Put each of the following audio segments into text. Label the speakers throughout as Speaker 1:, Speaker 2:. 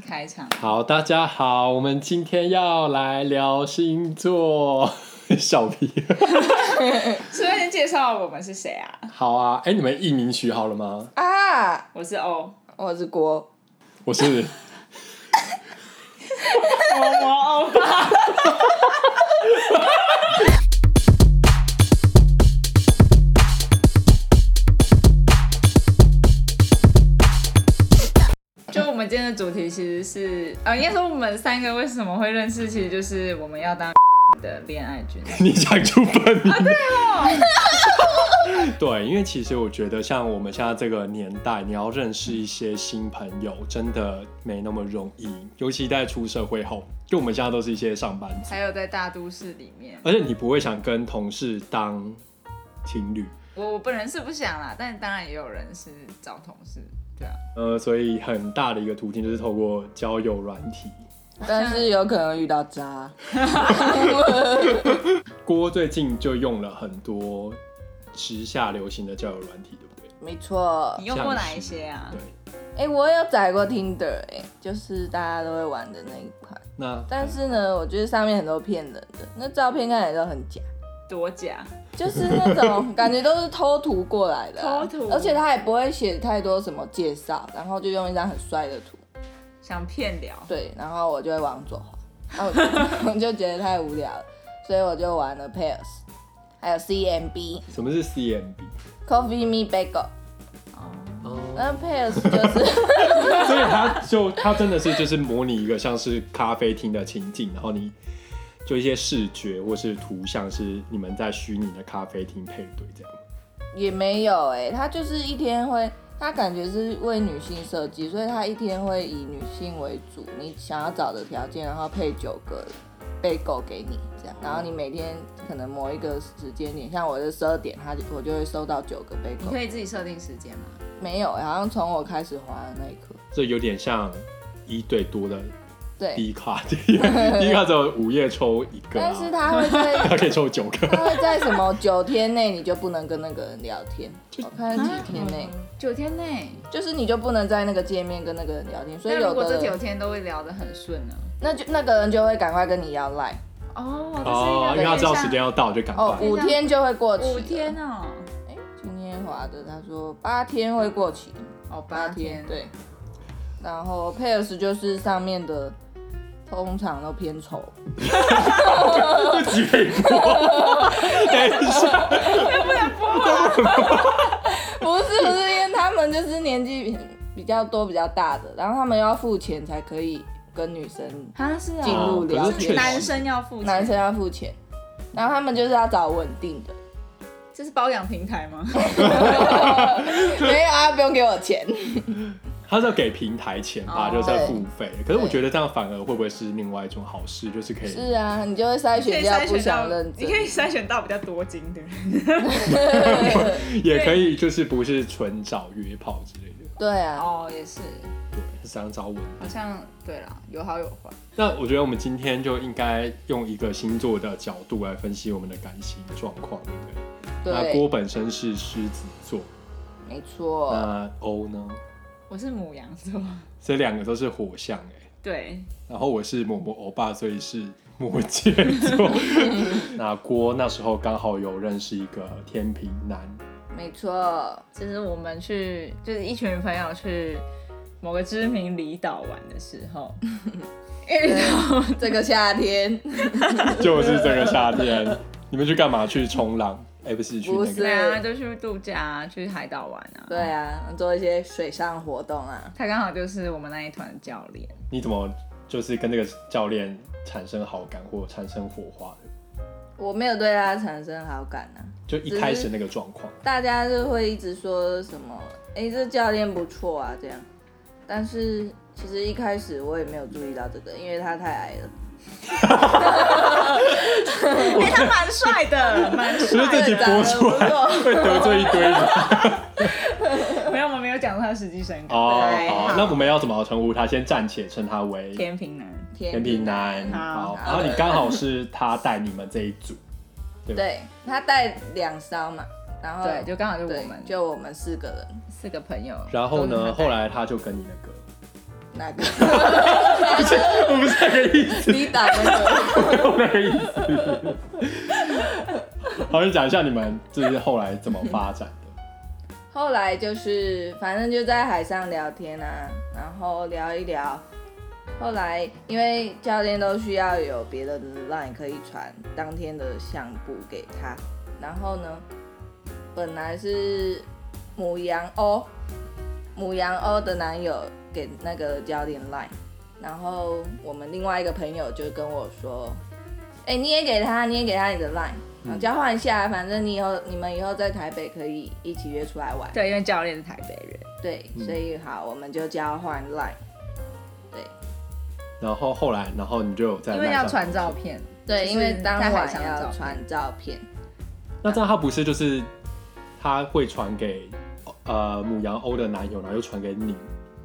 Speaker 1: 开场。
Speaker 2: 好，大家好，我们今天要来聊星座， 小屁。
Speaker 1: 顺便先介绍我们是谁啊？
Speaker 2: 好啊，哎、你们艺名取好了吗？
Speaker 3: 啊，
Speaker 1: 我是欧，
Speaker 3: 我是郭，
Speaker 2: 我是
Speaker 1: 我魔欧巴。就我们今天的主题其实是，呃，应该说我们三个为什么会认识，其实就是我们要当的恋爱军。
Speaker 2: 你讲出本名、 对，因为其实我觉得，像我们现在这个年代，你要认识一些新朋友，真的没那么容易，尤其在出社会后，就我们现在都是一些上班族，
Speaker 1: 还有在大都市里面，
Speaker 2: 而且你不会想跟同事当情侣，
Speaker 1: 我我本人是不想啦，但当然也有人是找同事，对啊，
Speaker 2: 呃，所以很大的一个途径就是透过交友软体。
Speaker 3: 但是有可能遇到渣。
Speaker 2: 郭最近就用了很多时下流行的交友软体，对不对？
Speaker 3: 没错
Speaker 1: 你，用过哪一些啊？
Speaker 2: 对，
Speaker 3: 哎、我有载过 Tinder，哎、就是大家都会玩的那一款。
Speaker 2: 那
Speaker 3: 但是呢，我觉得上面很多骗人的，那照片看起来都很假，
Speaker 1: 多假，
Speaker 3: 就是那 种感觉都是偷图过来的
Speaker 1: 偷
Speaker 3: 啊、
Speaker 1: 图
Speaker 3: 而且他也不会写太多什么介绍，然后就用一张很帅的图，
Speaker 1: 想骗聊。
Speaker 3: 对，然后我就会往左滑，然后 我就我就觉得太无聊了，所以我就玩了 Pairs，还有 CMB
Speaker 2: 什么是 CMB？
Speaker 3: Coffee Me Bagel，
Speaker 2: 哦，
Speaker 3: 那 Pairs 就是。
Speaker 2: 所以它就它真的是就是模拟一个像是咖啡厅的情境，然后你就一些视觉或是图像是你们在虚拟的咖啡厅配对这样。
Speaker 3: 也没有哎、他就是一天会，他感觉是为女性设计，所以他一天会以女性为主，你想要找的条件，然后配九个被狗给你这样，然后你每天可能某一个时间点，像我的十二点，他就我就会收到九个被
Speaker 1: 你
Speaker 3: 狗
Speaker 1: 可。以自己设定时间吗？
Speaker 3: 没有、欸，好像从我开始滑的那一刻，
Speaker 2: 这有点像一对多的
Speaker 3: 对，
Speaker 2: 低卡，低卡只有午夜抽一个、
Speaker 3: 但是
Speaker 2: 啊，
Speaker 3: 他会在。
Speaker 2: 它可以抽九个
Speaker 3: 他会在什么九天内你就不能跟那个人聊天，我看是几天内，
Speaker 1: 九天内。
Speaker 3: 就是你就不能在那个界面跟那个人聊天，所以
Speaker 1: 那
Speaker 3: 有
Speaker 1: 如果
Speaker 3: 的
Speaker 1: 这
Speaker 3: 人
Speaker 1: 九天都会聊得很顺呢？
Speaker 3: 那就那个人就会赶快跟你要赖。
Speaker 1: 哦，
Speaker 2: 哦，因为他知道时间要到就赶快。
Speaker 3: 哦，五天就会过期。
Speaker 1: 五天？哦，
Speaker 3: 哎，今天划的他说八天会过期，
Speaker 1: 哦八天，，
Speaker 3: 对。然后配 a 就是上面的，通常都偏丑。
Speaker 2: 不及美国，等一下，
Speaker 3: 不是不是，因为他们就是年纪比比较多、比较大的，然后他们要付钱才可以跟女生，
Speaker 1: 他是哦
Speaker 3: 进入聊
Speaker 2: 可是确实
Speaker 3: 天
Speaker 1: 男生要付钱，
Speaker 3: 男生要付钱，然后他们就是要找稳定的。
Speaker 1: 这是包养平台吗？
Speaker 3: 没有啊，不用给我钱。
Speaker 2: 他是要给平台钱吧，
Speaker 1: 哦
Speaker 2: 就是要付费。可是我觉得这样反而会不会是另外一种好事，就是可以
Speaker 3: 是啊，你就会筛
Speaker 1: 可
Speaker 3: 选
Speaker 1: 以
Speaker 3: 掉
Speaker 1: 筛
Speaker 3: 不
Speaker 1: 选
Speaker 3: 想
Speaker 1: 到，
Speaker 3: 认
Speaker 1: 你
Speaker 3: 真
Speaker 1: 可。以筛选到比较多金的人。
Speaker 2: 也可以就是不是纯找约炮之类的，
Speaker 3: 对啊，
Speaker 1: 哦，也是，
Speaker 2: 对，是想找稳
Speaker 1: 好像对啦，有好有坏。
Speaker 2: 那我觉得我们今天就应该用一个星座的角度来分析我们的感情状况，对不对？那
Speaker 3: 对
Speaker 2: 郭，本身是狮子座，
Speaker 3: 没错。
Speaker 1: 嗯
Speaker 2: 那欧呢？
Speaker 1: 我是母羊座，
Speaker 2: 这两个都是火象哎、
Speaker 1: 对，
Speaker 2: 然后我是某某欧巴，所以是摩羯座。 那郭那时候刚好有认识一个天平男，
Speaker 3: 没错，
Speaker 1: 就是我们去，就是一群朋友去某个知名离岛玩的时 候，遇到
Speaker 3: 这个夏天
Speaker 2: 就是这个夏天，你们去干嘛？去冲浪？哎、不是去
Speaker 3: 不
Speaker 2: 那
Speaker 3: 是
Speaker 2: 个，
Speaker 1: 对啊，就去度假、啊，去海岛玩啊。
Speaker 3: 对，啊，做一些水上活动啊，
Speaker 1: 他刚好就是我们那一团的教练，
Speaker 2: 你怎么就是跟这个教练产生好感或产生火花的？
Speaker 3: 我没有对他产生好感啊。
Speaker 2: 就一开始那个状况，
Speaker 3: 大家就会一直说什么，哎、这教练不错啊，这样。但是其实一开始我也没有注意到这个，因为他太矮了。
Speaker 1: 哎、他蛮帅的， 蛮
Speaker 2: 所以
Speaker 1: 帅
Speaker 2: 这
Speaker 1: 的。
Speaker 2: 集播出来 会得罪一堆人。
Speaker 1: 没有，我们没有讲他的实际身高。
Speaker 2: 哦，
Speaker 3: 对
Speaker 2: 好，
Speaker 3: 好
Speaker 2: 那我们要怎么称呼他？先暂且称他为
Speaker 1: 天平男，
Speaker 2: 天平男。
Speaker 1: 好
Speaker 2: 好，
Speaker 1: 好
Speaker 2: 然后你刚好是他带你们这一组。
Speaker 3: 对他带两艘嘛，然后
Speaker 1: 对，就刚好就
Speaker 3: 哦对
Speaker 1: 我们就
Speaker 3: 就我们四个人，
Speaker 1: 四个朋友。
Speaker 2: 然后
Speaker 1: 都是
Speaker 2: 呢，
Speaker 1: 他带
Speaker 2: 后来他就跟你那个，
Speaker 3: 那个
Speaker 2: 不是， 我不是那个意思，
Speaker 3: 你打那个，
Speaker 2: 没有那个意思。好，就讲一下你们就是后来怎么发展的。
Speaker 3: 后来就是反正就在海上聊天啊，然后聊一聊。后来因为教练都需要有别的 line 可以传当天的相簿给他，然后呢，本来是母羊欧，母羊欧的男友给那个教练 line，然后我们另外一个朋友就跟我说，哎、你也给他，你也给他你的 line，然后交换一下，反正你以后你们以后在台北可以一起约出来玩。
Speaker 1: 对，因为教练是台北人，
Speaker 3: 对，
Speaker 2: 嗯
Speaker 3: 所以好，我们就交换 line。
Speaker 2: 然后后来，然后你就有在
Speaker 1: 因为
Speaker 2: LINE
Speaker 1: 要
Speaker 2: 上
Speaker 1: 传
Speaker 2: 头
Speaker 1: 照
Speaker 2: 说。
Speaker 1: 片，
Speaker 3: 对，
Speaker 1: 就是
Speaker 3: 因为当
Speaker 1: 在海
Speaker 3: 晚
Speaker 1: 上的照
Speaker 3: 要
Speaker 1: 片
Speaker 3: 传照片，
Speaker 2: 那这样他不是就是他会传给呃母羊欧的男友，然后又传给你，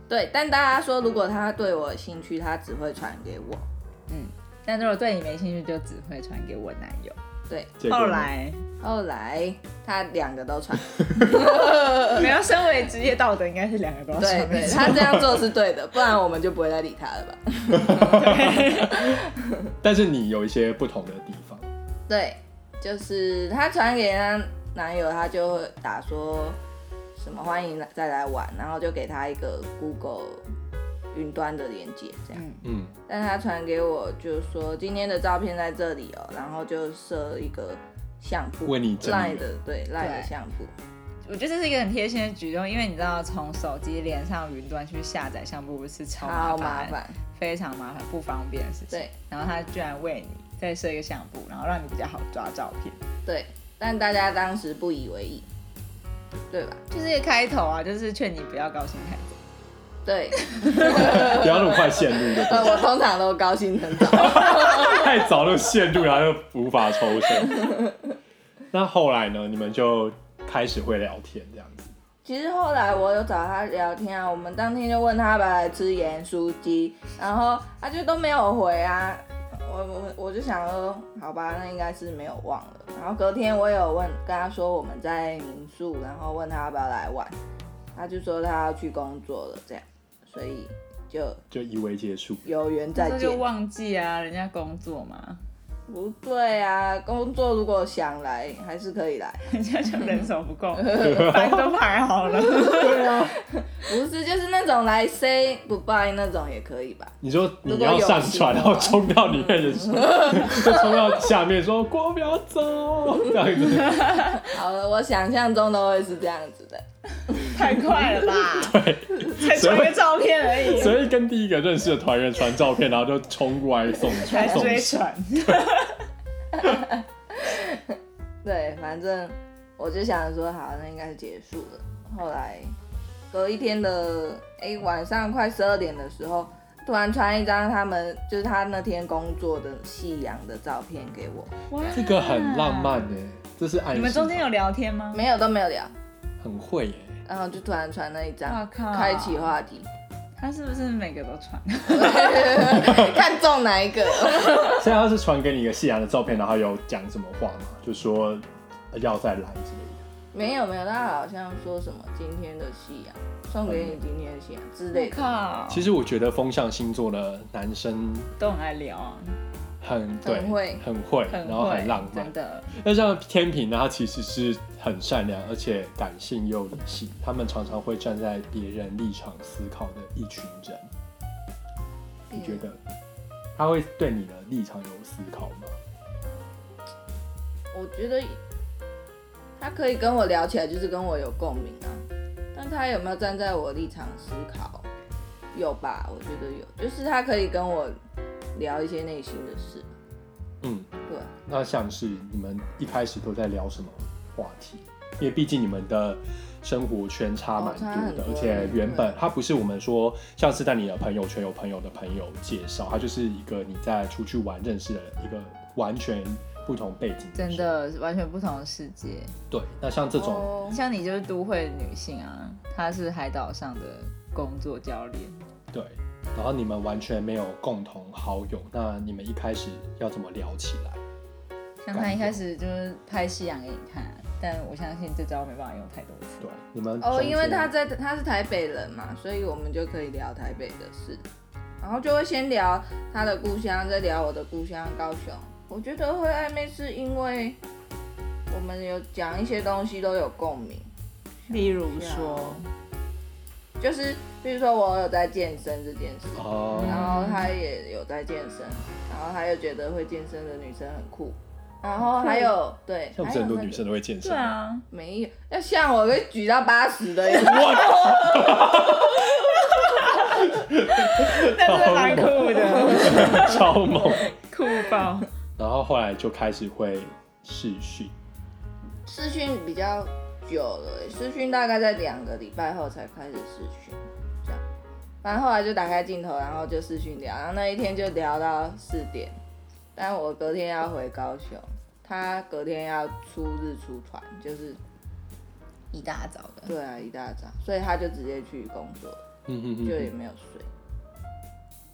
Speaker 3: 对。但大家说，如果他对我有兴趣，他只会传给我。
Speaker 1: 嗯。但如果对你没兴趣，就只会传给我男友。
Speaker 3: 对，
Speaker 2: 结果呢
Speaker 1: 后来，
Speaker 3: 后来他两个都 传，
Speaker 1: 没有身为职业道德，应该是两个都要
Speaker 3: 对
Speaker 1: 传。
Speaker 3: 对，他这样做是对的，不然我们就不会再理他了吧？
Speaker 2: 但是你有一些不同的地方，
Speaker 3: 对，就是他传给他男友，他就会打说什么欢迎再来玩，然后就给他一个 Google 云端的连接，这样。
Speaker 1: 嗯
Speaker 2: 嗯，
Speaker 3: 但他传给我就说今天的照片在这里哦，然后就设一个相簿，
Speaker 2: 为你整理
Speaker 3: 赖的对赖的相簿，
Speaker 1: 我觉得这是一个很贴心的举动，因为你知道，从手机连上云端去下载相簿是超麻
Speaker 3: 超
Speaker 1: 烦，
Speaker 3: 麻烦。
Speaker 1: 非常麻烦、不方便的事情。
Speaker 3: 对，
Speaker 1: 然后他居然为你再设一个相簿，然后让你比较好抓照片，
Speaker 3: 对，但大家当时不以为意，对吧？
Speaker 1: 就是一个开头啊，就是劝你不要高兴太早。
Speaker 3: 对，
Speaker 2: 不要那么快陷入的，
Speaker 3: 呃，我通常都高兴很早。
Speaker 2: 太早就陷入，然后就无法抽身。 那后来呢？你们就开始会聊天这样子，
Speaker 3: 其实后来我有找他聊天啊，我们当天就问他要不要来吃盐酥鸡，然后他就都没有回啊。我我我就想说，好吧，那应该是没有忘了。然后隔天我有问跟他说我们在民宿，然后问他要不要来玩，他就说他要去工作了，这样，所以就
Speaker 2: 就以为结束。
Speaker 3: 有缘再
Speaker 1: 这就
Speaker 3: 见。
Speaker 1: 忘记啊，人家工作嘛，
Speaker 3: 不对啊，工作如果想来还是可以来。
Speaker 1: 人家就人手不够，反正都排好了。
Speaker 3: 不是，就是那种来 say goodbye 那种也可以吧？
Speaker 2: 你说你
Speaker 3: 如果
Speaker 2: 要
Speaker 3: 有
Speaker 2: 上
Speaker 3: 心
Speaker 2: 船，
Speaker 3: 的
Speaker 2: 然后
Speaker 3: 话
Speaker 2: 冲到里面的时候， 就冲到下面说“我不要走” 这样子，
Speaker 3: 好了，我想象中都会是这样子的。
Speaker 1: 太快了吧？对，才传个照片而已，
Speaker 2: 所以跟第一个认识的团员传照片，然后就冲过来送
Speaker 1: 还
Speaker 2: 送
Speaker 1: 追传，
Speaker 3: 对，反正我就想说，好，那应该是结束了。后来隔一天的，哎、晚上快十二点的时候，突然传一张他们就是他那天工作的夕阳的照片给我，
Speaker 1: 哇
Speaker 2: 这个很浪漫。哎、这是爱
Speaker 1: 你
Speaker 2: 情。
Speaker 1: 们中间有聊天吗？
Speaker 3: 没有都没有聊，
Speaker 2: 很会耶、欸
Speaker 3: 然后就突然传那一
Speaker 1: 我
Speaker 3: 张，
Speaker 1: 靠，
Speaker 3: 开启话题，
Speaker 1: 他是不是每个都传？
Speaker 3: 看中哪一个？
Speaker 2: 现在要是传给你一个夕阳的照片，然后有讲什么话吗？就说要再来之类的。
Speaker 3: 没有没有，他好像说什么今天的夕阳，送给你今天的夕阳之类
Speaker 1: 我
Speaker 3: 的，
Speaker 1: 靠，
Speaker 2: 其实我觉得风象星座的男生
Speaker 1: 都很爱聊啊，
Speaker 2: 很对，
Speaker 3: 会
Speaker 2: 很会，
Speaker 1: 很
Speaker 2: 然后
Speaker 1: 会
Speaker 2: 很浪漫
Speaker 1: 真。的。
Speaker 2: 那像天平呢，他其实是很善良，而且感性又理性，他们常常会站在别人立场思考的一群人。你觉得他会对你的立场有思考吗？
Speaker 3: 我觉得他可以跟我聊起来，就是跟我有共鸣啊。但他有没有站在我立场思考？有吧，我觉得有，就是他可以跟我聊一些内心的事。
Speaker 2: 嗯，
Speaker 3: 对啊，
Speaker 2: 那像是你们一开始都在聊什么话题？因为毕竟你们的生活圈差蛮
Speaker 3: 哦差很
Speaker 2: 多的，
Speaker 3: 多
Speaker 2: 而且原本它不是我们说像是在你的朋友圈有朋友的朋友介绍，它就是一个你在出去玩认识的一个完全不同背景的人
Speaker 1: 真。的完全不同的世界。
Speaker 2: 对，那像这种
Speaker 3: 哦
Speaker 1: 像你就是都会女性啊，她是海岛上的工作教练，
Speaker 2: 对，然后你们完全没有共同好友，那你们一开始要怎么聊起来？
Speaker 1: 像她一开始就是拍夕阳给你看啊、但我相信这招没办法用太多次。
Speaker 2: 对，你们
Speaker 3: 哦，
Speaker 2: 中间
Speaker 3: 因为他在他是台北人嘛，所以我们就可以聊台北的事。然后就会先聊他的故乡，再聊我的故乡高雄。我觉得会暧昧是因为我们有讲一些东西都有共鸣，
Speaker 1: 例如说，
Speaker 3: 就是比如说我有在健身这件事，
Speaker 2: 哦，
Speaker 3: 然后他也有在健身，然后他又觉得会健身的女生很酷，然后还有对，
Speaker 2: 像不
Speaker 3: 还
Speaker 2: 是
Speaker 3: 有
Speaker 2: 很多
Speaker 3: 那
Speaker 2: 女
Speaker 3: 个
Speaker 2: 生都会健身
Speaker 1: 对
Speaker 2: 吗，
Speaker 1: 啊，
Speaker 3: 没有，要像我被举到八十的，
Speaker 1: 但是蛮酷 的，
Speaker 2: 超猛。
Speaker 1: 啊酷爆。
Speaker 2: 然后后来就开始会试训，
Speaker 3: 试训比较久了、试训大概在两个礼拜后才开始试训，这样。反正后来就打开镜头，然后就试训聊，然后那一天就聊到四点，但我隔天要回高雄，他隔天要出日出团，就是
Speaker 4: 一大早的，
Speaker 3: 对啊一大早，所以他就直接去工作了，
Speaker 2: 嗯哼
Speaker 3: 就也
Speaker 2: 哼，
Speaker 3: 没有睡。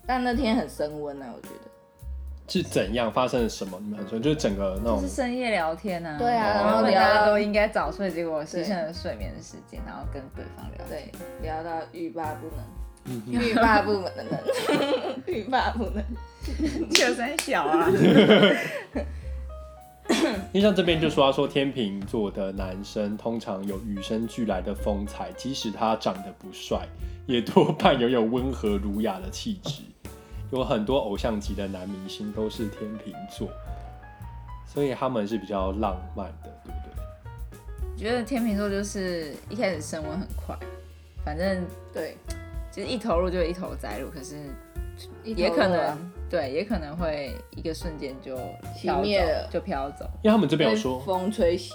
Speaker 3: 但那天很升温啊，我觉得。
Speaker 2: 是怎样发生了什么？你们很说就是整个那
Speaker 1: 就
Speaker 2: 种
Speaker 1: 是深夜聊天啊，
Speaker 3: 对啊，
Speaker 2: 哦
Speaker 3: 然
Speaker 1: 原
Speaker 3: 后
Speaker 1: 本
Speaker 3: 聊
Speaker 1: 大家
Speaker 3: 到
Speaker 1: 都应该早睡，结果牺牲了睡眠的时间，然后跟对方聊天。
Speaker 3: 对聊到欲罢不能，
Speaker 2: 嗯
Speaker 3: 欲罢不能，欲罢不能。
Speaker 1: 就三小啊，
Speaker 2: 因为像这边就说他说天秤座的男生通常有与生俱来的风采，即使他长得不帅，也多半拥有温和儒雅的气质。有很多偶像级的男明星都是天秤座，所以他们是比较浪漫的，对不对？
Speaker 1: 我 觉得天秤座就是一开始升温很快，反正
Speaker 3: 对，
Speaker 1: 就是一投入就一头栽入，可是
Speaker 3: 一
Speaker 1: 也
Speaker 3: 头
Speaker 1: 可
Speaker 3: 热啊
Speaker 1: 能对，也可能会一个瞬间就
Speaker 3: 熄
Speaker 1: 飘走
Speaker 3: 灭了
Speaker 1: 就飘走。
Speaker 2: 因为他们这边有
Speaker 3: 被
Speaker 2: 说，
Speaker 3: 风 吹袭，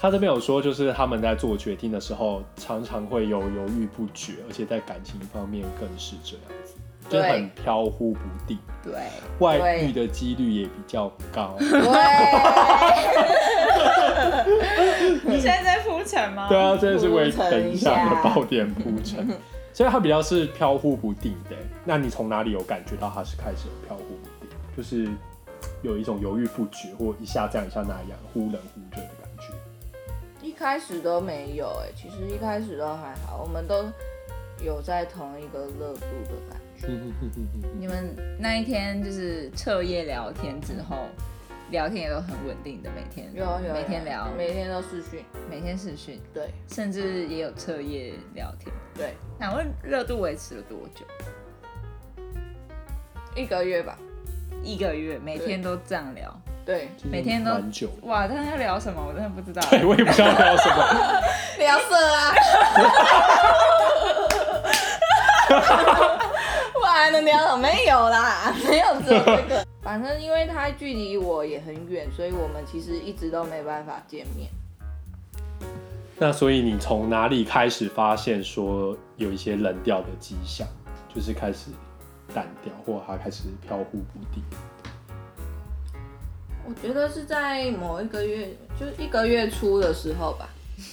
Speaker 2: 他这边有说，就是他们在做决定的时候，常常会有犹豫不决，而且在感情方面更是这样子，就是
Speaker 3: 对
Speaker 2: 很飘忽不定，
Speaker 1: 对，
Speaker 2: 外遇的几率也比较高。
Speaker 3: 对，
Speaker 1: 你现在在铺陈吗
Speaker 2: 嗯 对啊，真的是为
Speaker 3: 铺陈
Speaker 2: 等一
Speaker 3: 一
Speaker 2: 下的
Speaker 3: 下
Speaker 2: 爆点铺陈， 所以他比较是飘忽不定的。那你从哪里有感觉到他是开始飘忽不定？就是有一种犹豫不决，或一下这样一下那样，忽冷忽热的感觉。
Speaker 3: 一开始都没有哎、其实一开始都还好，我们都有在同一个热度的感觉。
Speaker 1: 你们那一天就是彻夜聊天之后，聊天也都很稳定的，每天
Speaker 3: 有有有
Speaker 1: 啊每天聊，每
Speaker 3: 啊每天都视讯，
Speaker 1: 每天视讯，
Speaker 3: 对
Speaker 1: 甚至也有彻夜聊天。
Speaker 3: 对，
Speaker 1: 那问热度维持了多久？
Speaker 3: 一个月吧，
Speaker 1: 一个月，每天都这样聊，
Speaker 3: 对，
Speaker 1: 每天都
Speaker 2: 蛮久的。
Speaker 1: 哇！但要聊什么，我真的不知道。
Speaker 2: 对，我也不知道聊什么。
Speaker 3: 聊色啊， 不然还能聊什么？没有啦，没有只有这个。反正因为他距离我也很远，所以我们其实一直都没办法见面。
Speaker 2: 那所以你从哪里开始发现说有一些冷掉的迹象，就是开始淡掉，或他开始飘忽不定？
Speaker 3: 我觉得是在某一个月，就一个月初的时候吧，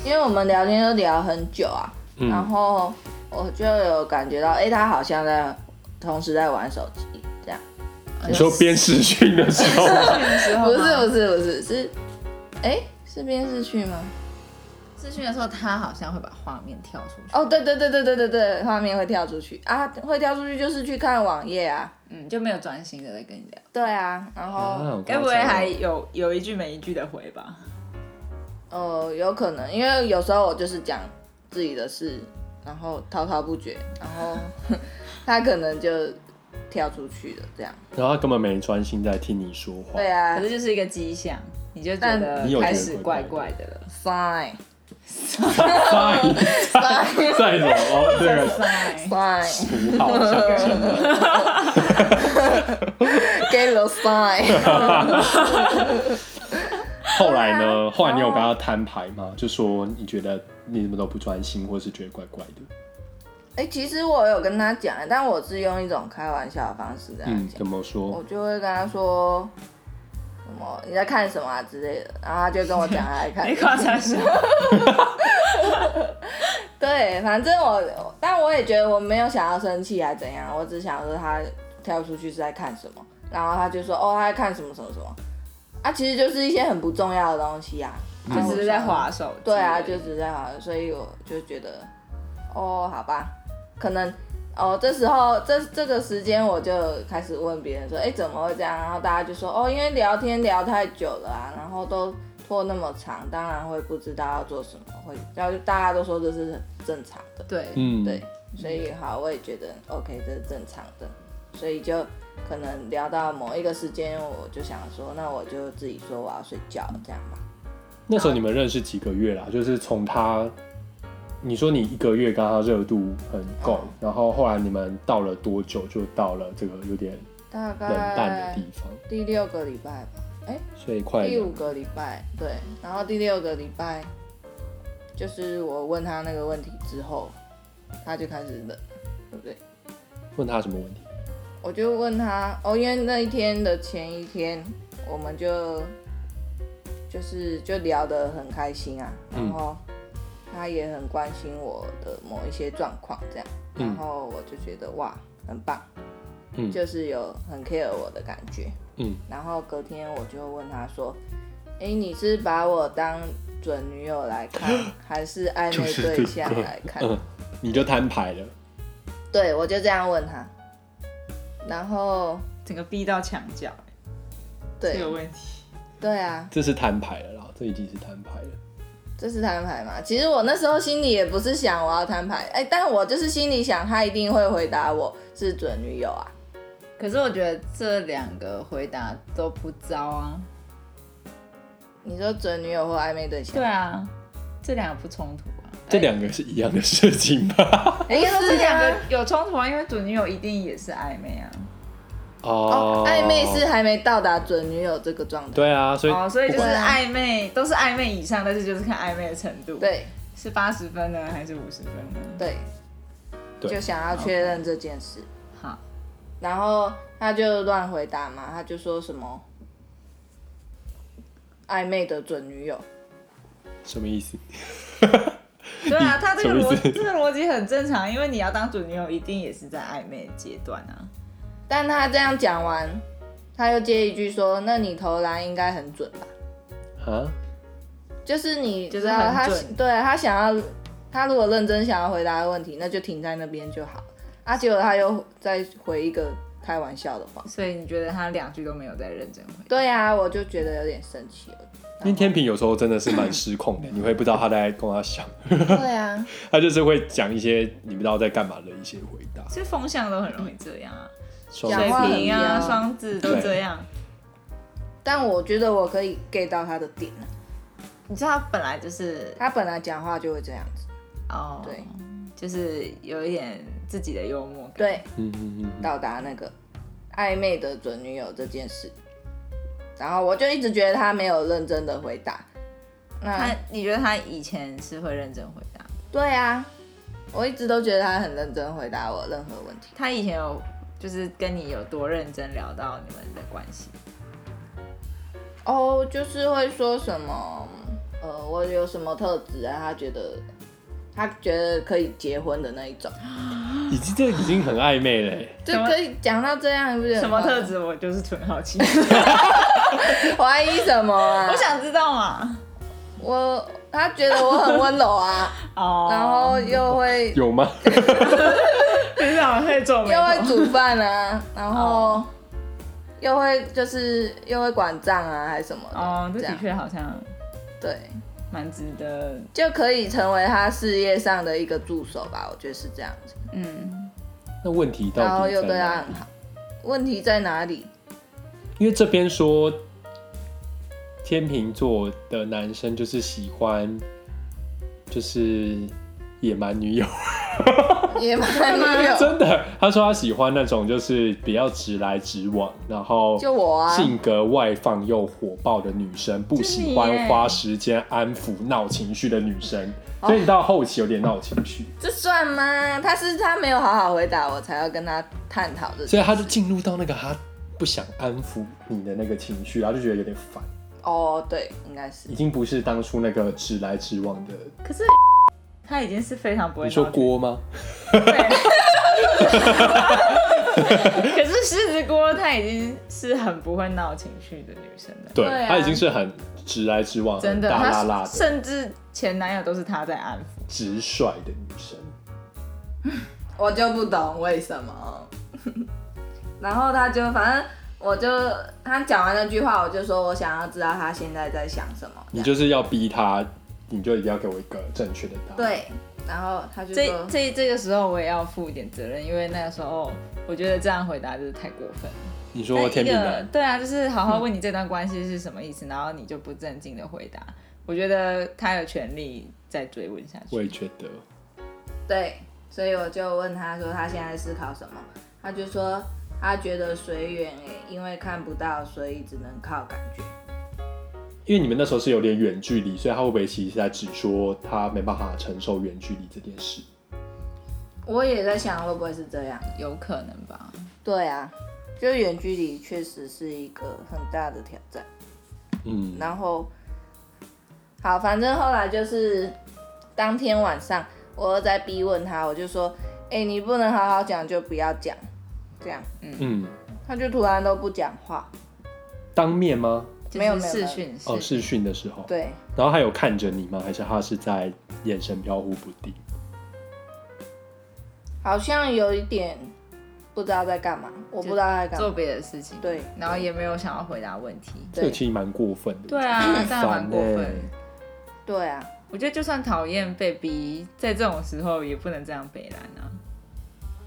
Speaker 3: 因为我们聊天都聊很久啊，然
Speaker 2: 嗯，
Speaker 3: 后我就有感觉到，哎、他好像在同时在玩手机，这样，
Speaker 2: 嗯你说边视讯的时 候，
Speaker 1: 的时候
Speaker 3: 不
Speaker 1: 吗
Speaker 3: 是不是不是是，哎、是边视讯吗？
Speaker 1: 视讯的时候，他好像会把画面跳出去。
Speaker 3: 哦，对对对对对对对，画面会跳出去啊，会跳出去就是去看网页啊，
Speaker 1: 嗯，就没有专心的在跟你聊。
Speaker 3: 对啊，然后、
Speaker 2: 啊
Speaker 1: 该不会还有有一句没一句的回吧？
Speaker 3: 呃，有可能，因为有时候我就是讲自己的事，然后滔滔不绝，然 后他可能就跳出去了，这样。
Speaker 2: 然后他根本没专心在听你说话。
Speaker 3: 对啊
Speaker 1: 可是就是一个迹象，你就觉得
Speaker 2: 但你有觉得
Speaker 1: 开始怪怪的 了。，
Speaker 3: ，sign
Speaker 2: 在 在什么？哦，这个
Speaker 3: sign
Speaker 2: 符号象征。
Speaker 3: get the sign，
Speaker 2: 后来
Speaker 3: 啊
Speaker 2: 呢？后来你有跟他摊牌吗？就说你觉得你怎么都不专心，或是觉得怪怪的。
Speaker 3: 哎、其实我有跟他讲，但我是用一种开玩笑的方式跟他
Speaker 2: 嗯，
Speaker 3: 讲，
Speaker 2: 怎么
Speaker 3: 我
Speaker 2: 说？
Speaker 3: 就会跟他说什么你在看什么啊之类的，然后他就跟我讲他在看
Speaker 1: 你夸张什么？
Speaker 3: 对，反正我，但我也觉得我没有想要生气还怎样，我只想说他跳出去是在看什么，然后他就说哦他在看什么什么什么，啊其实就是一些很不重要的东西啊，
Speaker 2: 嗯
Speaker 1: 就只是在划手机。
Speaker 3: 对啊，就只是在好，所以我就觉得哦好吧，可能哦，这时候这这个时间我就开始问别人说，哎，怎么会这样？然后大家就说，哦，因为聊天聊太久了啊，然后都拖那么长，当然会不知道要做什么，会，然后就大家都说这是很正常的，
Speaker 4: 对，
Speaker 2: 嗯，
Speaker 3: 对，，所以好，我也觉得 OK，这是正常的，所以就可能聊到某一个时间，我就想说，那我就自己说我要睡觉，这样吧。
Speaker 2: 那时候你们认识几个月啦？就是从他，你说你一个月刚刚热度很够，
Speaker 3: 嗯
Speaker 2: 然后后来你们到了多久就到了这个有点
Speaker 3: 大
Speaker 2: 冷淡的
Speaker 3: 概
Speaker 2: 地方？
Speaker 3: 第六个礼拜吧，哎、
Speaker 2: 所以快
Speaker 3: 第
Speaker 2: 两
Speaker 3: 五个礼拜，对，然后第六个礼拜，就是我问他那个问题之后，他就开始冷，对不对？
Speaker 2: 问他什么问题？
Speaker 3: 我就问他，哦，因为那一天的前一天，我们就就是就聊得很开心啊，
Speaker 2: 嗯
Speaker 3: 然后他也很关心我的某一些状况，这样，
Speaker 2: 嗯
Speaker 3: 然后我就觉得哇，很棒，
Speaker 2: 嗯
Speaker 3: 就是有很 care 我的感觉，
Speaker 2: 嗯，
Speaker 3: 然后隔天我就问他说：“哎、你是把我当准女友来看， 还是暧昧对象来看？”
Speaker 2: 嗯， 你就摊牌了。
Speaker 3: 对，我就这样问他。然后，
Speaker 1: 整个逼到墙角，欸这
Speaker 3: 对
Speaker 1: 有问题。
Speaker 3: 对啊，
Speaker 2: 这是摊牌了啦，这已经是摊牌了。
Speaker 3: 这是摊牌嘛？其实我那时候心里也不是想我要摊牌，哎、但我就是心里想他一定会回答我是准女友啊。
Speaker 4: 可是我觉得这两个回答都不糟啊。
Speaker 3: 你说准女友或暧昧 对象？
Speaker 1: 对啊，这两个不冲突啊。哎
Speaker 2: 这两个是一样的事情吧？
Speaker 1: 应该说
Speaker 3: 是
Speaker 1: 哦这两
Speaker 3: 啊
Speaker 1: 个有冲突啊，因为准女友一定也是暧昧啊。
Speaker 3: 哦，暧昧是还没到达准女友这个状态。
Speaker 2: 对啊，所以
Speaker 1: 哦，所以就是
Speaker 3: 对啊
Speaker 1: 暧昧，都是暧昧以上，但是就是看暧昧的程度。，
Speaker 3: 对
Speaker 1: 是八十分呢，还是五十分呢？
Speaker 3: 对
Speaker 2: 对
Speaker 3: 就想要确认这件事。
Speaker 1: 好，
Speaker 3: 然后他就乱回答嘛，他就说什么暧昧的准女友，
Speaker 2: 什么意思？
Speaker 1: 对啊，他这个
Speaker 2: 什么
Speaker 1: 逻
Speaker 2: 意思
Speaker 1: 这个逻辑很正常，因为你要当准女友，一定也是在暧昧阶段啊。
Speaker 3: 但他这样讲完，他又接一句说：“那你投篮应该很准吧
Speaker 2: 啊？”
Speaker 3: 就是你
Speaker 1: 就
Speaker 3: 知
Speaker 1: 是
Speaker 3: 道他
Speaker 1: 很准
Speaker 3: 对他想要，他如果认真想要回答的问题，那就停在那边就好了。啊，结果啊他又再回一个开玩笑的话，
Speaker 1: 所以你觉得他两句都没有在认真回答？
Speaker 3: 对啊，我就觉得有点生气了。
Speaker 2: 因为天平有时候真的是蛮失控的，你会不知道他在跟他想，
Speaker 3: 对 啊，
Speaker 2: 他就是会讲一些你不知道在干嘛的一些回答。
Speaker 1: 其实风向都很容易这样啊，
Speaker 2: 双
Speaker 3: 讲话
Speaker 1: 水
Speaker 2: 子
Speaker 1: 瓶
Speaker 3: 很
Speaker 1: 啊、
Speaker 3: 标
Speaker 1: 双子都这样。
Speaker 3: 但我觉得我可以 get 到他的点啊，
Speaker 1: 你知道他本来就是
Speaker 3: 他本来讲话就会这样子，
Speaker 1: 哦，
Speaker 3: 对，
Speaker 1: 就是有一点自己的幽默感。
Speaker 3: 对。
Speaker 2: 嗯嗯嗯嗯，
Speaker 3: 到达那个暧昧的准女友这件事，然后我就一直觉得他没有认真的回答。
Speaker 1: 他
Speaker 3: 那，
Speaker 1: 你觉得他以前是会认真回答的？
Speaker 3: 对啊，我一直都觉得他很认真回答我任何问题。
Speaker 1: 他以前有就是跟你有多认真聊到你们的关系？
Speaker 3: 哦，就是会说什么，呃，我有什么特质啊？他觉得他觉得可以结婚的那一种，
Speaker 2: 嗯已经这已经很暧昧了欸。
Speaker 3: 就
Speaker 1: 什么
Speaker 3: 可以讲到这样，你不觉得
Speaker 1: 什
Speaker 3: 很
Speaker 1: 么
Speaker 3: 夸张
Speaker 1: 特？质？我就是纯好奇，
Speaker 3: 怀疑什么 啊？
Speaker 1: 我想知道嘛。
Speaker 3: 我他觉得我很温柔啊，
Speaker 1: 哦，
Speaker 3: 然后又会
Speaker 2: 有吗？
Speaker 1: 就是好像会皱眉
Speaker 3: 又会
Speaker 1: 头。
Speaker 3: 煮 饭啊，然后
Speaker 1: 哦
Speaker 3: 又会就是又会管账啊，还是什么的
Speaker 1: 哦，这
Speaker 3: 这
Speaker 1: 的
Speaker 3: 样
Speaker 1: 确好像
Speaker 3: 对，
Speaker 1: 蛮值得，
Speaker 3: 就可以成为他事业上的一个助手吧，我觉得是这样子。
Speaker 1: 嗯，
Speaker 2: 那问题到底在哪里？
Speaker 3: 然后又对他很好，问题在哪里？
Speaker 2: 因为这边说天秤座的男生就是喜欢，就是野蛮女友，
Speaker 3: 也蛮没有，
Speaker 2: 真的。他说他喜欢那种就是比较直来直往，然后
Speaker 3: 就我啊，
Speaker 2: 性格外放又火爆的女生，不喜
Speaker 1: 就是你
Speaker 2: 欢
Speaker 1: 耶
Speaker 2: 花时间安抚闹情绪的女生。
Speaker 3: 哦
Speaker 2: 所以你到后期有点闹情绪，
Speaker 3: 这算吗？他是他没有好好回答我，才要跟他探讨
Speaker 2: 所
Speaker 3: 这些。
Speaker 2: 以他就进入到那个他不想安抚你的那个情绪，然后就觉得有点烦，
Speaker 3: 哦，对，应该是
Speaker 2: 已经不是当初那个直来直往的。
Speaker 1: 可是他已经是非常不
Speaker 3: 啊
Speaker 1: 会
Speaker 2: 你说
Speaker 1: 闹
Speaker 2: 锅吗？
Speaker 1: 对，可是狮子锅她已经是很不会闹情绪的女生了，
Speaker 2: 对
Speaker 3: 对，啊
Speaker 2: 他已经是很直来直往、
Speaker 1: 真
Speaker 2: 很
Speaker 1: 的，
Speaker 2: 大啦
Speaker 1: 她
Speaker 2: 啦的
Speaker 1: 甚至前男友都是她在安抚，
Speaker 2: 直率的女生。
Speaker 3: 我就不懂为什么。 然后他就反正我就他讲完那句话，我就说我想要知道他现在在想什么。
Speaker 2: 你就是要逼他，你就一定要给我一个正确的答案。
Speaker 3: 对，然后他就
Speaker 1: 这
Speaker 3: 说，
Speaker 1: 这这个时候我也要负一点责任，因为那个时候我觉得这样回答就是太过分了。
Speaker 2: 你说天
Speaker 1: 一
Speaker 2: 平
Speaker 1: 个
Speaker 2: 男，
Speaker 1: 对啊，就是好好问你这段关系是什么意思，然后你就不正经的回答，我觉得他有权利再追问下
Speaker 2: 我
Speaker 1: 去。
Speaker 2: 也觉得，
Speaker 3: 对，所以我就问他说他现在思考什么，他就说他觉得随缘诶，因为看不到，所以只能靠感觉。
Speaker 2: 因为你们那时候是有点远距离，所以他会不会其实是在指说他没办法承受远距离这件事？
Speaker 3: 我也在想会不会是这样。
Speaker 1: 有可能吧？
Speaker 3: 对啊，就远距离确实是一个很大的挑战。
Speaker 2: 嗯，
Speaker 3: 然后，好，反正后来就是当天晚上，我又在逼问他，我就说，哎、你不能好好讲就不要讲，这样，
Speaker 2: 嗯，
Speaker 3: 他就突然都不讲话，
Speaker 2: 当面吗？
Speaker 1: 就是
Speaker 3: 没有没有
Speaker 1: 视讯
Speaker 2: 哦，
Speaker 1: 是
Speaker 2: 视讯的时候。。
Speaker 3: 对，
Speaker 2: 然后他有看着你吗？还是他是在眼神飘忽不定？
Speaker 3: 好像有一点不知道在干嘛，我不知道他在干
Speaker 1: 做
Speaker 3: 嘛，
Speaker 1: 别的事情，
Speaker 3: 对
Speaker 1: 然后也没有想要回答问题。
Speaker 2: 这个
Speaker 3: 对
Speaker 2: 其实蛮过分的。
Speaker 1: 对啊， 这样蛮过
Speaker 2: 欸
Speaker 1: 分。
Speaker 3: 对啊，
Speaker 1: 我觉得就算讨厌被逼，在这种时候也不能这样北兰啊。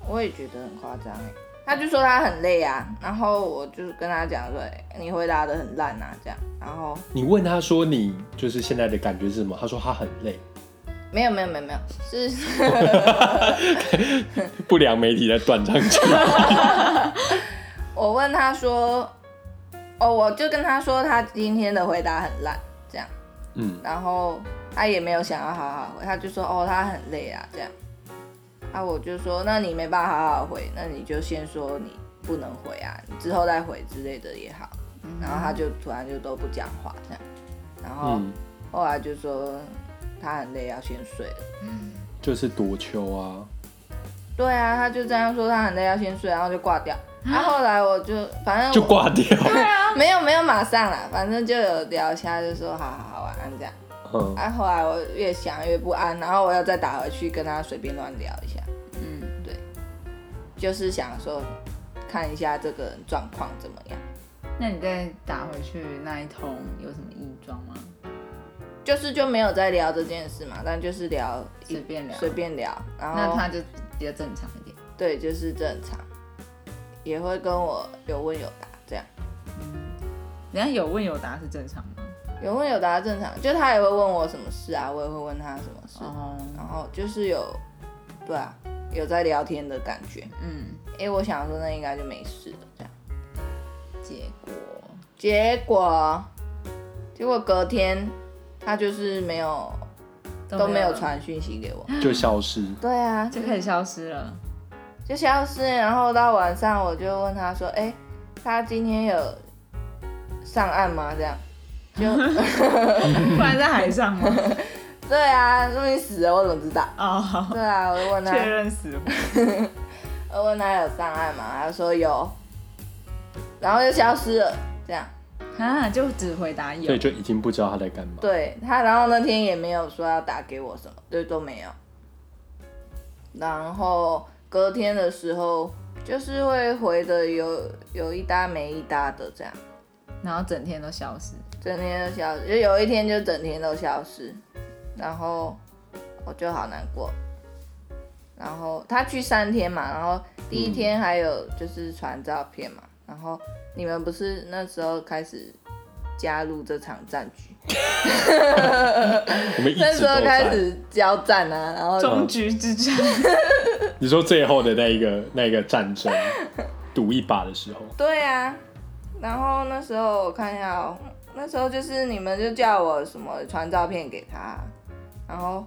Speaker 3: 我也觉得很夸张哎。他就说他很累啊，然后我就跟他讲说，哎你回答的很烂啊，这样，然后
Speaker 2: 你问他说你就是现在的感觉是什么？他说他很累，
Speaker 3: 没有没有没有没有，是
Speaker 2: 不良媒体在断章取义。
Speaker 3: 我问他说，哦，我就跟他说他今天的回答很烂，这样，
Speaker 2: 嗯，
Speaker 3: 然后他也没有想要好好回，他就说哦他很累啊，这样，啊我就说那你没办法好好回，那你就先说你不能回啊，你之后再回之类的也好，然后他就突然就都不讲话这样，然
Speaker 1: 哦
Speaker 3: 后
Speaker 2: 嗯，
Speaker 3: 后来就说他很累要先睡了。
Speaker 2: 就是夺秋啊，
Speaker 3: 对啊，他就这样说，他很累要先睡，然后就挂掉。然后后来我就反正
Speaker 2: 就
Speaker 3: 我
Speaker 2: 挂 掉。
Speaker 3: 没有没有马上啦，反正就有聊一下，就说好好好晚安这样。
Speaker 2: 嗯，
Speaker 3: 啊，后来我越想越不安，然后我又再打回去跟他随便乱聊一下，
Speaker 1: 嗯，
Speaker 3: 就是想说看一下这个人状况怎么样，
Speaker 1: 那你再打回去那一通有什么异状吗？
Speaker 3: 就是就没有再聊这件事嘛，但就是聊一
Speaker 1: 随便聊，
Speaker 3: 随便聊，然
Speaker 1: 那
Speaker 3: 后
Speaker 1: 他就比较正常一点。
Speaker 3: 对就是正常，也会跟我有问有答这样，
Speaker 1: 人家有问有答是正常吗？
Speaker 3: 有问有答正常，就他也会问我什么事啊，我也会问他什么事，
Speaker 1: 哦，
Speaker 3: 然后就是有对啊有在聊天的感觉，
Speaker 1: 嗯，
Speaker 3: 因为我想说那应该就没事了，这样。
Speaker 1: 结果
Speaker 3: 结果，结果隔天他就是没有都没有，传讯息给我。
Speaker 2: 就消失。
Speaker 3: 对啊，
Speaker 1: 就可以消失了。
Speaker 3: 就消失。然后到晚上我就问他说：“哎、他今天有上岸吗？”这样。就
Speaker 1: 不然在海上 吗？
Speaker 3: 对啊，说你死了，我怎么知道？
Speaker 1: 哦，
Speaker 3: 对啊，我就问他，
Speaker 1: 确认死亡。
Speaker 3: 我问他有上岸吗？他说有，然后就消失了。这样，
Speaker 1: 啊，就只回答有
Speaker 2: 所以。就已经不知道他在干嘛。
Speaker 3: 对他，然后那天也没有说要打给我什么，对，都没有。然后隔天的时候，就是会回的有有一搭没一搭的这样，
Speaker 1: 然后整天都消失。
Speaker 3: 整天都消失，就有一天就整天都消失，然后我就好难过。然后他去三天嘛，然后第一天还有就是传照片嘛，然后你们不是那时候开始加入这场战局，
Speaker 2: 我们一
Speaker 3: 那
Speaker 2: 直
Speaker 3: 时候
Speaker 2: 都
Speaker 3: 开
Speaker 2: 在。
Speaker 3: 始交战啊，然后
Speaker 1: 终局之战，
Speaker 2: 你说最后的那一个那一个战 争，赌一把的时候，
Speaker 3: 对啊，然后那时候我看一下、哦，那时候就是你们就叫我什么传照片给他，然后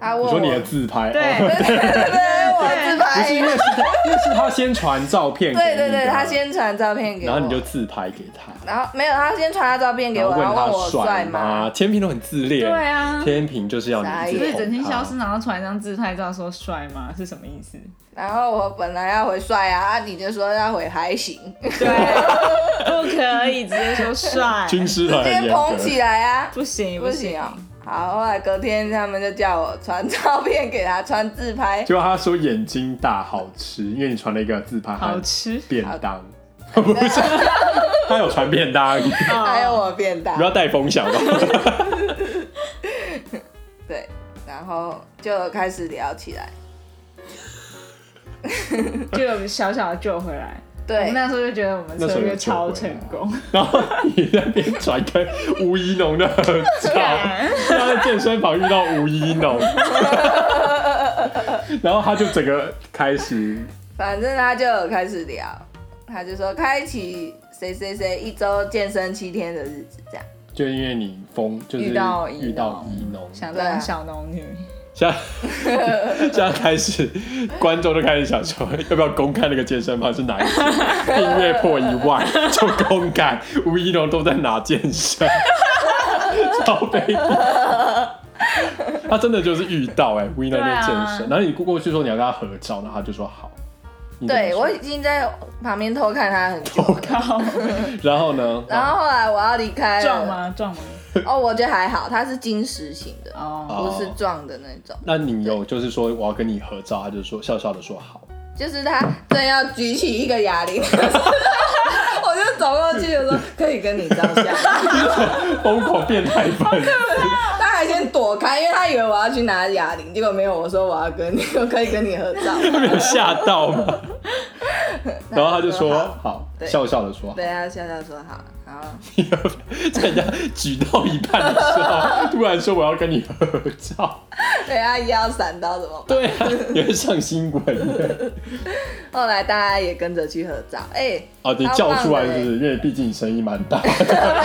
Speaker 3: 他问
Speaker 2: 你
Speaker 3: 我，
Speaker 2: 说你的
Speaker 3: 对
Speaker 2: 自拍，
Speaker 1: 对
Speaker 2: 哦
Speaker 3: 对，我自
Speaker 2: 不是因
Speaker 3: 拍，
Speaker 2: 为是他，因为是他先传照片给你
Speaker 3: 对
Speaker 2: 的，
Speaker 3: 对对，他，先传照片给我，
Speaker 2: 然后你就自拍给他，
Speaker 3: 然后没有，他先传他照片给我，
Speaker 2: 然
Speaker 3: 然
Speaker 2: 后
Speaker 3: 后问
Speaker 2: 他
Speaker 3: 我帅
Speaker 2: 帅吗？？天平都很自恋，
Speaker 1: 对啊
Speaker 2: 天平就是要
Speaker 3: 傻
Speaker 2: 你一
Speaker 3: 眼
Speaker 1: 所
Speaker 2: 直
Speaker 1: 以整天
Speaker 2: 哄
Speaker 1: 消失，
Speaker 2: 他，
Speaker 1: 然后传一张自拍照说帅吗？是什么意思？
Speaker 3: 然后我本来要回帅啊，啊你就说要回 还行，
Speaker 1: 对， 不可以直接说帅，
Speaker 2: 啊军师团
Speaker 3: 直
Speaker 2: 很
Speaker 3: 接
Speaker 2: 严
Speaker 3: 捧
Speaker 2: 格
Speaker 3: 起。来啊，
Speaker 1: 不行
Speaker 3: 不行啊、好，后来隔天他们就叫我传照片给他，传自拍，
Speaker 2: 结果他说眼睛大好吃，因为你传了一个自拍和
Speaker 1: 好吃。
Speaker 2: 便当， 不是，他有传便当， 你
Speaker 1: 哦
Speaker 3: 还有我变大
Speaker 2: 不。要带风向哦。
Speaker 3: 对，然后就开始聊起来。
Speaker 1: 就有小小的救回来。我
Speaker 3: 对
Speaker 1: 们，那时候就觉得我们
Speaker 2: 那时
Speaker 1: 策
Speaker 2: 候有
Speaker 1: 略
Speaker 2: 救
Speaker 1: 超
Speaker 2: 回
Speaker 1: 成
Speaker 2: 来
Speaker 1: 功，
Speaker 2: 然后你那边传跟吴一农的合照，
Speaker 3: 啊
Speaker 2: 他在健身房遇到吴一 农，然后他就整个开始
Speaker 3: 反正他就有开始聊，他就说开启谁谁谁一周健身七天的日子这样。
Speaker 2: 就因为你疯，就是
Speaker 1: 遇到一
Speaker 2: 遇到一农，
Speaker 1: 想
Speaker 3: 对啊
Speaker 1: 当小农女。
Speaker 2: 现在现在开始，观众就开始想说，要不要公开那个健身房是哪一 间？订阅破一万就公开，吴一农都在哪健 身？超卑鄙！他真的就是遇到哎、吴一农在健身，
Speaker 1: 对啊
Speaker 2: 然后你过去说你要跟他合照，然后他就说好。
Speaker 1: 嗯
Speaker 2: 你怎么
Speaker 3: 对
Speaker 2: 说
Speaker 3: 我已经在旁边偷看他很
Speaker 1: 哦
Speaker 3: 久了，
Speaker 1: 靠，
Speaker 2: 然后呢？
Speaker 3: 然后后来我要离开
Speaker 1: 撞
Speaker 3: 了。
Speaker 1: 吗？撞吗？
Speaker 3: 哦，我觉得还好，他是金石型的，
Speaker 1: 哦，
Speaker 3: 不是撞的那种。
Speaker 2: 那你有就是说我要跟你合照，他就说笑笑的说好。
Speaker 3: 就是他正要举起一个哑 铃，我就走过去我说可以跟你照相，
Speaker 2: 疯狂变态粉，
Speaker 3: 他还先躲开，因为他以为我要去拿哑铃，结果没有，我说我要跟 你，我可以跟你合照。
Speaker 2: 没有吓到吗？然后他就说
Speaker 3: 好
Speaker 2: 好，
Speaker 3: 对
Speaker 2: 笑笑的说好。
Speaker 3: 对啊，笑笑说好， 然后
Speaker 2: 在人家举到一半的时候，突然说我要跟你合照，
Speaker 3: 对啊，腰闪到怎么办？
Speaker 2: 对啊，也会上新闻的。
Speaker 3: 后来大家也跟着去合照，哎、
Speaker 2: 哦，你叫出来是不是？因为毕竟你声音蛮大 的，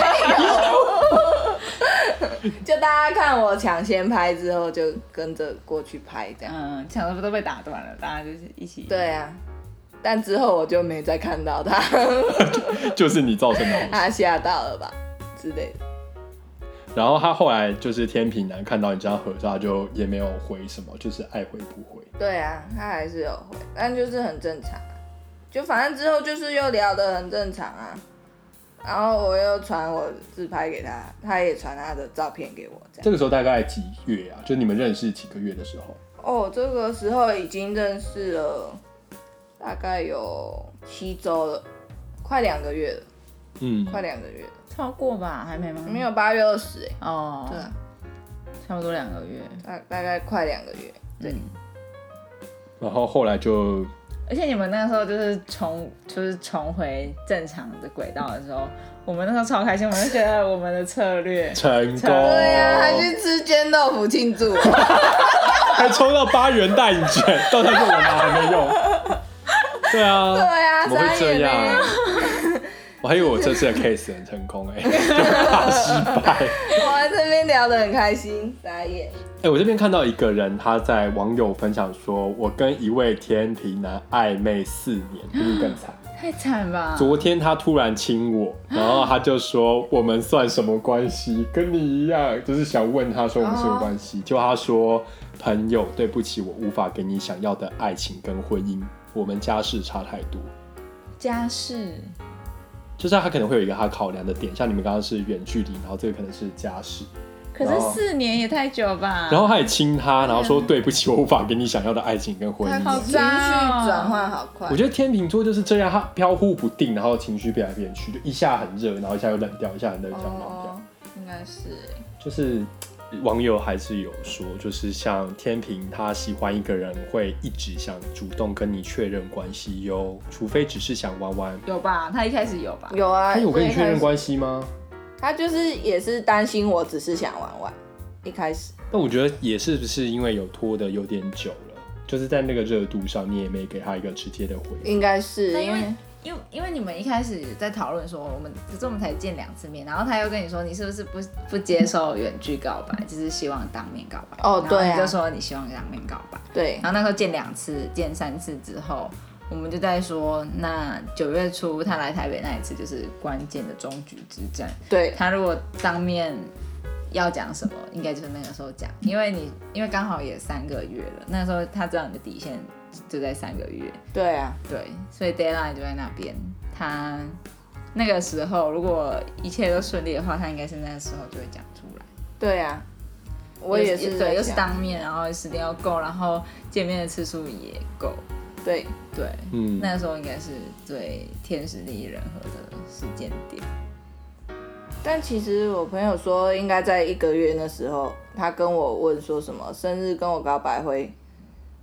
Speaker 3: 就大家看我抢先拍之后，就跟着过去拍这样。
Speaker 1: 嗯，抢的不都被打断了，大家就是一起。
Speaker 3: 对啊，但之后我就没再看到他，
Speaker 2: 就是你造成的。
Speaker 3: 他吓到了吧之类的。
Speaker 2: 然后他后来就是天平男看到你这样合照，他就也没有回什么，就是爱回不回。
Speaker 3: 对啊，他还是有回，但就是很正常，就反正之后就是又聊得很正常啊。然后我又传我自拍给他，他也传他的照片给我，这样。
Speaker 2: 这个时候大概几月啊？就你们认识几个月的时候，
Speaker 3: 哦，这个时候已经认识了，大概有七周了，快两个月了，
Speaker 2: 嗯，
Speaker 3: 快两个月了，
Speaker 1: 超过吧，还没吗？
Speaker 3: 没有八月二十哎，
Speaker 1: 哦，
Speaker 3: 对啊，
Speaker 1: 差不多两个月。
Speaker 3: 大大概快两个月，对，
Speaker 1: 嗯
Speaker 2: 然后后来就
Speaker 1: 而且你们那个时候就是重，就是重回正常的轨道的时候，我们那时候超开心，我们就觉得我们的策略
Speaker 2: 成功，啊
Speaker 3: 对呀、还去吃煎豆腐庆 祝，
Speaker 2: 还抽到八元代言券，到现在我们还没用。对啊，
Speaker 3: 对啊
Speaker 2: 怎么会这
Speaker 3: 傻眼
Speaker 2: 样
Speaker 3: 欸？
Speaker 2: 我还以为我这次的 case 很成功 哎、就大失败。
Speaker 3: 我们这边聊得很开心，傻眼，
Speaker 2: 哎、我这边看到一个人，他在网友分享说，我跟一位天平男暧昧四年，比你更惨。
Speaker 1: 太惨吧？
Speaker 2: 昨天他突然亲我，然后他就说我们算什么关系？跟你一样，就是想问他说我们什么关系？就他说朋友，对不起，我无法给你想要的爱情跟婚姻，我们家世差太多。
Speaker 1: 家事
Speaker 2: 就是他可能会有一个他考量的点，像你们刚刚是远距离，然后这个可能是家事，
Speaker 1: 可
Speaker 2: 然
Speaker 1: 是
Speaker 2: 后
Speaker 1: 四年也太久吧？
Speaker 2: 然后他也亲他，然后说对不起，我无法给你想要的爱情跟婚
Speaker 3: 他
Speaker 2: 姻
Speaker 1: 好。
Speaker 3: 情绪转换好快
Speaker 2: 我，觉得天秤座就是这样，他飘忽不定，然后情绪变来变去，就一下很热，然后一下又冷掉，一下很热，一下又冷掉。
Speaker 3: 哦，应该是欸
Speaker 2: 就是网友还是有说，就是像天平，他喜欢一个人会一直想主动跟你确认关系哟，除非只是想玩玩。
Speaker 1: 有吧？他一开始有吧？
Speaker 3: 有啊，
Speaker 2: 他有跟你确认
Speaker 3: 过，
Speaker 2: 关系吗？
Speaker 3: 他就是也是担心我只是想玩玩，一开始。
Speaker 2: 但我觉得也是不是因为有拖的有点久了，就是在那个热度上，你也没给他一个直接的回应。
Speaker 3: 应该是
Speaker 1: 那因
Speaker 3: 因
Speaker 1: 为
Speaker 3: 为
Speaker 1: 因为因为你们一开始在讨论说，我们可是我们才见两次面，然后他又跟你说你是不是不不接受远距告白，就是希望当面告白。
Speaker 3: 哦
Speaker 1: 然后
Speaker 3: 对啊
Speaker 1: 你就说你希望当面告白。
Speaker 3: 对
Speaker 1: 然后那时候见两次，见三次之后，我们就在说，那九月初他来台北那一次就是关键的终局之战。
Speaker 3: 对
Speaker 1: 他如果当面要讲什么，应该就是那个时候讲，因为你因为刚好也三个月了，那时候他知道你的底线就在三个月，
Speaker 3: 对啊，
Speaker 1: 对，所以 deadline 就在那边。他那个时候如果一切都顺利的话，他应该是那个时候就会讲出来。
Speaker 3: 对啊，我也是在
Speaker 1: 对，又是
Speaker 3: 想
Speaker 1: 当面，然后时间要够，然后见面的次数也够，
Speaker 3: 对，
Speaker 1: 对，
Speaker 2: 嗯，
Speaker 1: 那时候应该是最天时地利人和的时间点。
Speaker 3: 但其实我朋友说，应该在一个月那时候，他跟我问说什么生日跟我告白会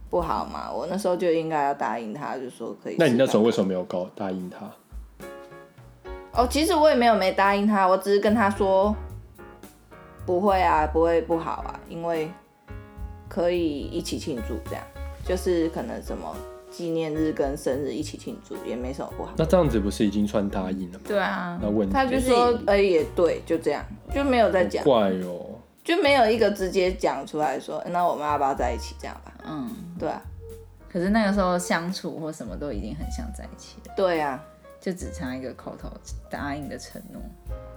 Speaker 3: 不好嘛？我那时候就应该要答应他，就说可以试看看。
Speaker 2: 那你那时候为什么没有告答应他？
Speaker 3: 哦，其实我也没有没答应他，我只是跟他说不会啊，不会不好啊，因为可以一起庆祝，这样就是可能什么纪念日跟生日一起庆祝也没什么不好。
Speaker 2: 那这样子不是已经算答应了吗？
Speaker 1: 对啊，
Speaker 2: 那问题
Speaker 3: 嗯他就说，哎、也对，就这样，就没有再讲
Speaker 2: 好，怪哦，
Speaker 3: 就没有一个直接讲出来说，那我们要不要在一起这样吧？
Speaker 1: 嗯，
Speaker 3: 对啊，
Speaker 1: 可是那个时候相处或什么都已经很想在一起了，
Speaker 3: 对啊，
Speaker 1: 就只差一个口头答应的承诺。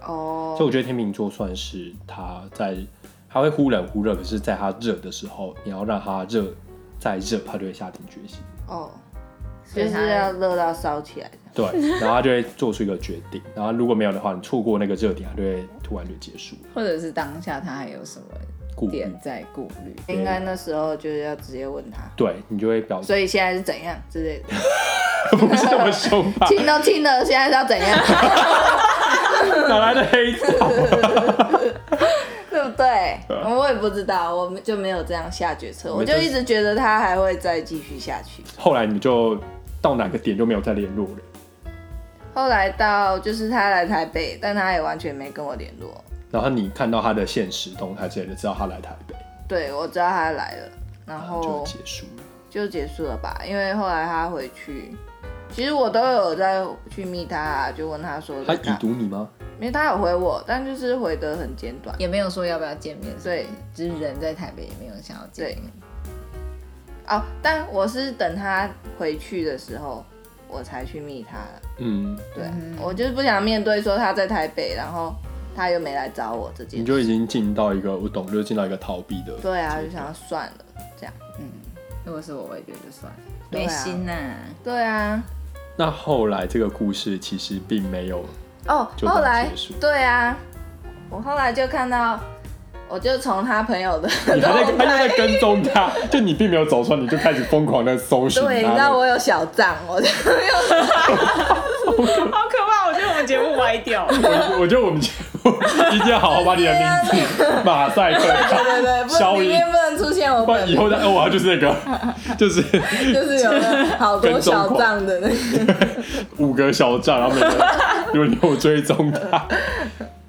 Speaker 3: 哦
Speaker 2: 所以，我觉得天秤座算是他在，他会忽冷忽热，可是在他热的时候，你要让他热再热，他就会下定决心。
Speaker 3: 哦，
Speaker 1: 所
Speaker 3: 就
Speaker 1: 以他
Speaker 3: 是要热到烧起来这样。
Speaker 2: 对，然后他就会做出一个决定，然后如果没有的话，你错过那个热点，他就会突然就结束了。
Speaker 1: 或者是当下他还有什么
Speaker 2: 顾虑
Speaker 1: 点，在顾虑？
Speaker 3: 应该那时候就是要直接问他，
Speaker 2: 对你就会表示
Speaker 3: 所以现在是怎样之类的。
Speaker 2: 不是这么 凶 吧？
Speaker 3: 亲都亲了，现在是要 怎样？
Speaker 2: 哪来的黑道？
Speaker 3: 对不对？我也不知道，我们就没有这样下决策，
Speaker 2: 我
Speaker 3: 我
Speaker 2: 们就
Speaker 3: 就一直觉得他还会再继续下去。
Speaker 2: 后来你就到哪个点就没有再联络了。
Speaker 3: 后来到就是他来台北，但他也完全没跟我联络。
Speaker 2: 然后你看到他的现实动态之类的，知道他来台北，
Speaker 3: 对，我知道他来了，然
Speaker 2: 然后就
Speaker 3: 后
Speaker 2: 结束了。
Speaker 3: 就结束了吧。因为后来他回去，其实我都有在去密他、啊，就问他说
Speaker 2: 他
Speaker 3: 在
Speaker 2: 已
Speaker 3: 干，
Speaker 2: 读你吗？
Speaker 3: 因为他有回我，但就是回的很简短。
Speaker 1: 也没有说要不要见面，
Speaker 3: 对，
Speaker 1: 只是人在台北也没有想要见面。
Speaker 3: 哦，但我是等他回去的时候，我才去密他的。
Speaker 2: 嗯，
Speaker 3: 对，我就是不想面对说他在台北，然后他又没来找我这件
Speaker 2: 你
Speaker 3: 事。
Speaker 2: 就已经进到一个我懂，就是进到一个逃避的。
Speaker 3: 对啊，就想要算了，这样。
Speaker 1: 如果是我，我也觉得算了，
Speaker 3: 对啊
Speaker 1: 没心呐、
Speaker 3: 对啊，
Speaker 2: 那后来这个故事其实并没 有，
Speaker 3: 哦，
Speaker 2: 就这样
Speaker 3: 后来
Speaker 2: 结束
Speaker 3: 对啊，我后来就看到，我就从他朋友的
Speaker 2: 你还在，
Speaker 3: 动态
Speaker 2: 他就在跟踪他， 就你并没有走错，你就开始疯狂的搜寻他了。
Speaker 3: 对，你知道我有小账，我就
Speaker 1: 好可怕！我觉得我们节目歪掉了。
Speaker 2: 我，我觉得我们 节目一定要好好把你的名字马赛克
Speaker 3: 对对，不
Speaker 2: 消
Speaker 3: 能里
Speaker 2: 音，
Speaker 3: 面不能出现我
Speaker 2: 不然
Speaker 3: 本
Speaker 2: 以
Speaker 3: 人，
Speaker 2: 后再，哦，我要就是那个， 就是
Speaker 3: 就 是有那好多小账的那个。
Speaker 2: 五个小站，然后每个轮流追踪 他。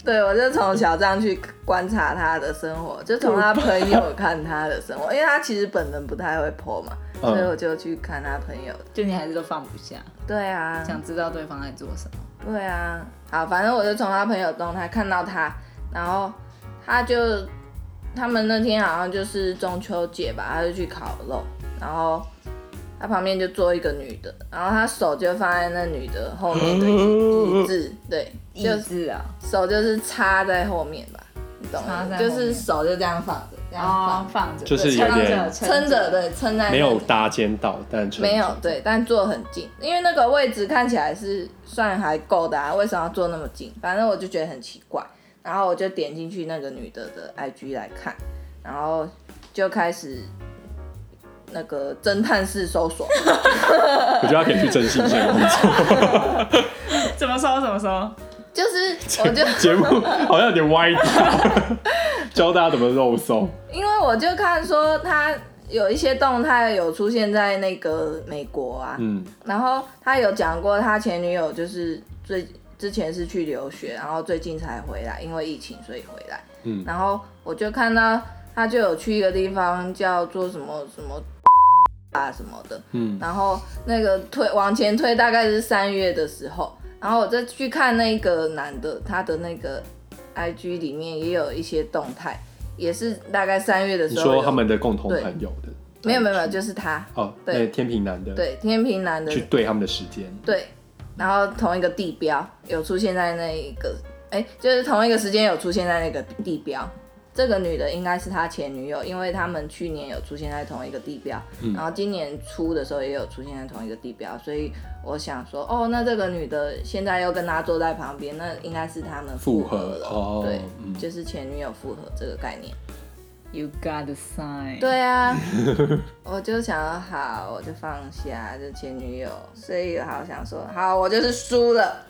Speaker 3: 对，我就从小账去观察他的生活，就从他朋友看他的生活，因为他其实本人不太会 po 嘛，
Speaker 2: 嗯
Speaker 3: 所以我就去看他朋友的。
Speaker 1: 就你还是都放不下，
Speaker 3: 对啊，
Speaker 1: 想知道对方在做什么。
Speaker 3: 对啊，好，反正我就从他朋友动态看到他，然后他就他们那天好像就是中秋节吧，他就去烤肉，然后他旁边就坐一个女的，然后他手就放在那女的后
Speaker 2: 嗯
Speaker 3: 面的椅椅子，对，就
Speaker 1: 意志啊，
Speaker 3: 手就是插在后面吧，你懂
Speaker 1: 插
Speaker 3: 吗？
Speaker 1: 在后
Speaker 3: 就
Speaker 1: 面
Speaker 3: 是手就这样放着，这样
Speaker 1: 哦
Speaker 3: 放，，
Speaker 1: 放着，
Speaker 2: 嗯就是
Speaker 1: 撑
Speaker 2: 有点
Speaker 1: 着，
Speaker 3: 撑着，对，撑在那
Speaker 2: 没有
Speaker 3: 里
Speaker 2: 搭肩到，但纯
Speaker 3: 没有对，但坐很近，因为那个位置看起来是算还够的啊，为什么要坐那么近？反正我就觉得很奇怪，然后我就点进去那个女的的 IG 来看，然后就开始那个侦探式搜索，
Speaker 2: 我觉得他可以去真心社工作。
Speaker 1: 怎么说怎么说？
Speaker 3: 就是我就
Speaker 2: 节目好像有点歪掉， 教大家怎么肉搜。
Speaker 3: 因为我就看说她有一些动态有出现在那个美国啊，
Speaker 2: 嗯，
Speaker 3: 然后他有讲过，他前女友就是最之前是去留学，然后最近才回来，因为疫情所以回来。
Speaker 2: 嗯
Speaker 3: 然后我就看到他就有去一个地方叫做什么什么啊什么的，
Speaker 2: 嗯
Speaker 3: 然后那个推往前推大概是三月的时候，然后我再去看那个男的，他的那个 IG 里面也有一些动态，也是大概三月的
Speaker 2: 你
Speaker 3: 时候有。
Speaker 2: 说他们的共同朋友的，
Speaker 3: 没有没有没有，就是他，
Speaker 2: 哦，
Speaker 3: 对
Speaker 2: 那天平男的，，
Speaker 3: 对天平男的
Speaker 2: 去对他们的时间，
Speaker 3: 对，然后同一个地标有出现在那一个，哎、就是同一个时间有出现在那个地标。这个女的应该是他前女友，因为他们去年有出现在同一个地标，
Speaker 2: 嗯
Speaker 3: 然后今年初的时候也有出现在同一个地标，所以我想说，哦，那这个女的现在又跟他坐在旁边，那应该是他们
Speaker 2: 复
Speaker 3: 合
Speaker 2: 合
Speaker 3: 了，
Speaker 2: 哦
Speaker 3: 对，
Speaker 2: 嗯
Speaker 3: 就是前女友复合这个概念。
Speaker 1: You got the
Speaker 2: 哎
Speaker 1: sign。
Speaker 3: 对 啊，我就想要好，我就放下，就前女友，所以好想说，好，我就是输了。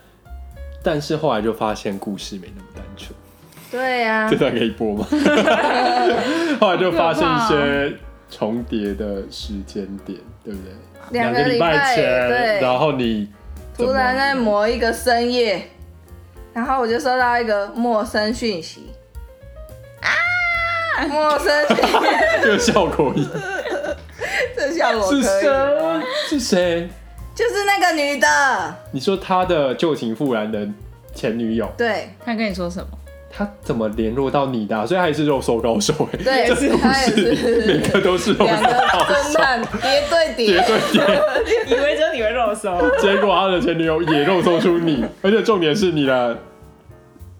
Speaker 2: 但是后来就发现故事没那么单纯，
Speaker 3: 对呀、啊
Speaker 2: 这，段可以播 吗？后来就发现一些重叠的时间点，对不对？
Speaker 3: 两个
Speaker 2: 个
Speaker 3: 礼
Speaker 2: 礼
Speaker 3: 拜对
Speaker 2: 前，然后你怎
Speaker 3: 突
Speaker 2: 么
Speaker 3: 然在某一个深夜，然后我就收到一个陌生讯息，啊，陌生讯息，
Speaker 2: 这个效果 一
Speaker 3: 这效果可
Speaker 2: 是谁
Speaker 3: 以，
Speaker 2: 啊？是谁？
Speaker 3: 就是那个女的，
Speaker 2: 你说他的旧情复燃的前女友，
Speaker 3: 对
Speaker 1: 他跟你说什么？
Speaker 2: 他怎么联络到你的啊、所以他也是肉搜高手哎、欸，
Speaker 3: 对，
Speaker 2: 这故
Speaker 3: 她也
Speaker 2: 事每
Speaker 3: 是
Speaker 2: 个都是肉
Speaker 3: 两
Speaker 2: 搜
Speaker 3: 个侦探叠对
Speaker 2: 叠
Speaker 3: 叠，
Speaker 2: 对叠，
Speaker 1: 以为只有你会肉搜，
Speaker 2: 结果他的前女友也肉搜出你，而且重点是你的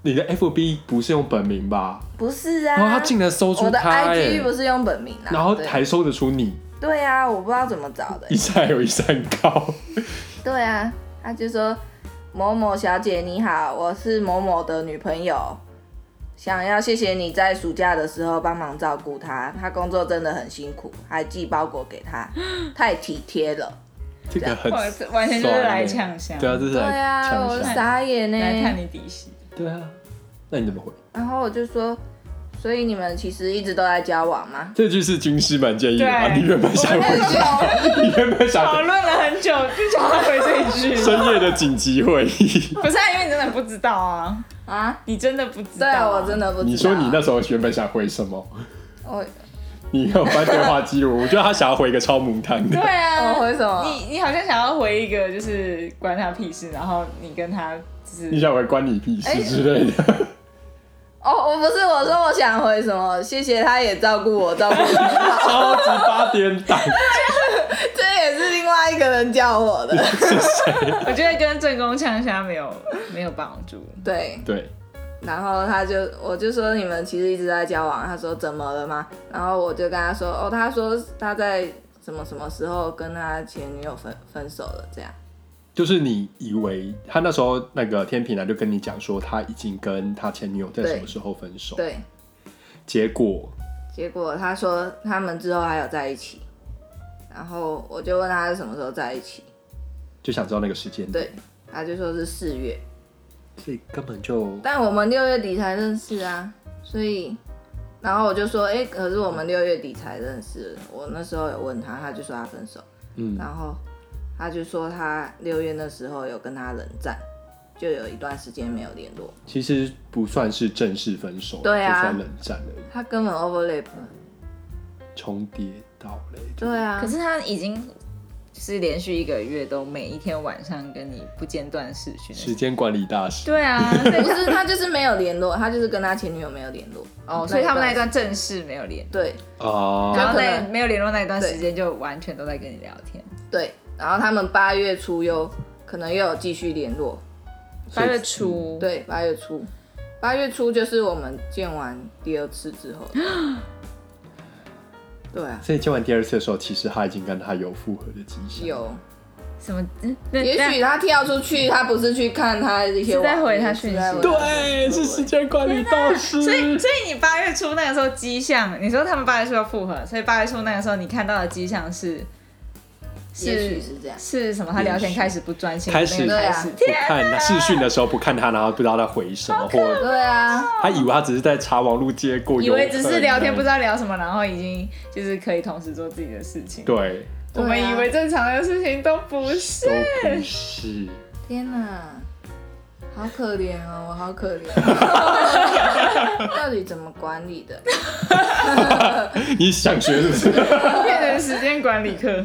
Speaker 2: 你的 FB 不是用本名吧？
Speaker 3: 不是啊，
Speaker 2: 然后他竟然搜出
Speaker 3: 我的
Speaker 2: 他、欸
Speaker 3: IG，不是用本名啦，
Speaker 2: 然后
Speaker 3: 对
Speaker 2: 还搜得出你，
Speaker 3: 对啊，我不知道怎么找的
Speaker 2: 一，山有一山 高，
Speaker 3: 对啊，他就说某某小姐你好，我是某某的女朋友，想要谢谢你在暑假的时候帮忙照顾她，她工作真的很辛苦，还寄包裹给 她，太体贴了。
Speaker 2: 这个很
Speaker 1: 哇这 完全就是
Speaker 2: 爽欸
Speaker 1: 来呛香
Speaker 2: 对啊，这是
Speaker 3: 对
Speaker 2: 来
Speaker 3: 啊，
Speaker 2: 呛
Speaker 3: 我
Speaker 2: 香，
Speaker 3: 傻眼欸呢、
Speaker 1: 来探你底细。
Speaker 2: 对啊，那你怎么回？
Speaker 3: 然后我就说，所以你们其实一直都在交往吗？
Speaker 2: 这句是军师蛮建议的吧？
Speaker 1: 对
Speaker 2: 你原本想
Speaker 1: 我
Speaker 2: 回
Speaker 1: 们，
Speaker 2: 你原本想
Speaker 1: 讨论了很久，就想要回这一 句。
Speaker 2: 深夜的紧急会议。
Speaker 1: 不是、啊，因为你真的不知道啊，
Speaker 3: 啊，
Speaker 1: 你真的不知道、
Speaker 3: 对啊，我真。的不知道。
Speaker 2: 你说你那时候原本想回什么？
Speaker 3: 我
Speaker 2: 你有翻对话记录？我觉得他想要回一个超萌探
Speaker 1: 对
Speaker 2: 的，
Speaker 1: 啊，
Speaker 3: 哦我回什么
Speaker 1: 你你好像想要回一个就是关他屁事，然后你跟他就是
Speaker 2: 你想回关你屁
Speaker 3: 哎
Speaker 2: 事之类的。
Speaker 3: 哦，我不是我说我想回什么？谢谢他也照顾我，照顾 我，
Speaker 2: 超级八点档，
Speaker 3: 这也是另外一个人教我的。
Speaker 1: 我觉得跟正宫呛虾没有没有帮助。
Speaker 3: 对，
Speaker 2: 对，
Speaker 3: 然后他就我就说你们其实一直在交往，他说怎么了吗？然后我就跟他说哦，他说他在什么什么时候跟他前女友分分手了，这样。
Speaker 2: 就是你以为他那时候那个天平男就跟你讲说他已经跟他前女友在什么时候分手，
Speaker 3: 对，
Speaker 2: 结果
Speaker 3: 结果他说他们之后还有在一起，然后我就问他是什么时候在一起，
Speaker 2: 就想知道那个时间点，
Speaker 3: 对，他就说是四月，
Speaker 2: 所以根本就
Speaker 3: 但我们六月底才认识啊，所以。然后我就说，哎、可是我们六月底才认识，我那时候有问他，他就说他分手。
Speaker 2: 嗯，
Speaker 3: 然后他就说他六月那时候有跟他冷战，就有一段时间没有联络。
Speaker 2: 其实不算是正式分手，
Speaker 3: 对啊
Speaker 2: 就算冷战而已，
Speaker 3: 他根本 overlap。
Speaker 2: 重叠到嘞，
Speaker 3: 对啊，
Speaker 1: 可是他已经是连续一个月都每一天晚上跟你不间断视讯了。
Speaker 2: 时间管理大师，
Speaker 1: 对啊，所以
Speaker 3: 不是他就是没有联络，他就是跟他前女友没有联络。
Speaker 1: 哦，所以他们那一段正式没有联络，
Speaker 3: 对
Speaker 2: 啊，
Speaker 1: 然后
Speaker 3: 有可
Speaker 1: 那
Speaker 3: 能
Speaker 1: 没有联络那一段时间就完全都在跟你聊天。
Speaker 3: 对，然后他们八月初又可能又有继续联络。
Speaker 2: 所
Speaker 1: 八
Speaker 2: 以
Speaker 1: 月初，
Speaker 3: 对，八月初，八月初就是我们见完第二次之后。 对啊，
Speaker 2: 所以见完第二次的时候，其实他已经跟他有复合的迹象。
Speaker 3: 有，
Speaker 1: 什么？嗯那
Speaker 3: 也许他跳出去，他不是去看他一些
Speaker 1: 是在
Speaker 3: 网页
Speaker 1: 回他
Speaker 3: 是
Speaker 1: 讯
Speaker 3: 在
Speaker 1: 息
Speaker 3: 回他
Speaker 2: 对，是时间管理大师。
Speaker 1: 所以，所以你八月初那个时候迹象，你说他们八月初要复合，所以八月初那个时候你看到的迹象是，
Speaker 3: 也许
Speaker 1: 是
Speaker 3: 是这样
Speaker 1: 是什么？他聊天开始不专心，
Speaker 2: 开始
Speaker 1: 那个
Speaker 3: 对啊
Speaker 2: 不看他视讯的时候不看他，然后不知道他回什么，或
Speaker 3: 对啊，
Speaker 2: 他以为他只是在查网路接过，
Speaker 1: 以为只是聊天，不知
Speaker 2: 道。
Speaker 1: 道聊什么，然后已经就是可以同时做自己的事情。
Speaker 2: 对，
Speaker 1: 我们以为正常的事情都不是
Speaker 2: 都。不是。
Speaker 3: 天哪，好可怜哦，我好可怜、哦。到底怎么管理的？
Speaker 2: 你想学是不是？
Speaker 1: 变成时间管理课，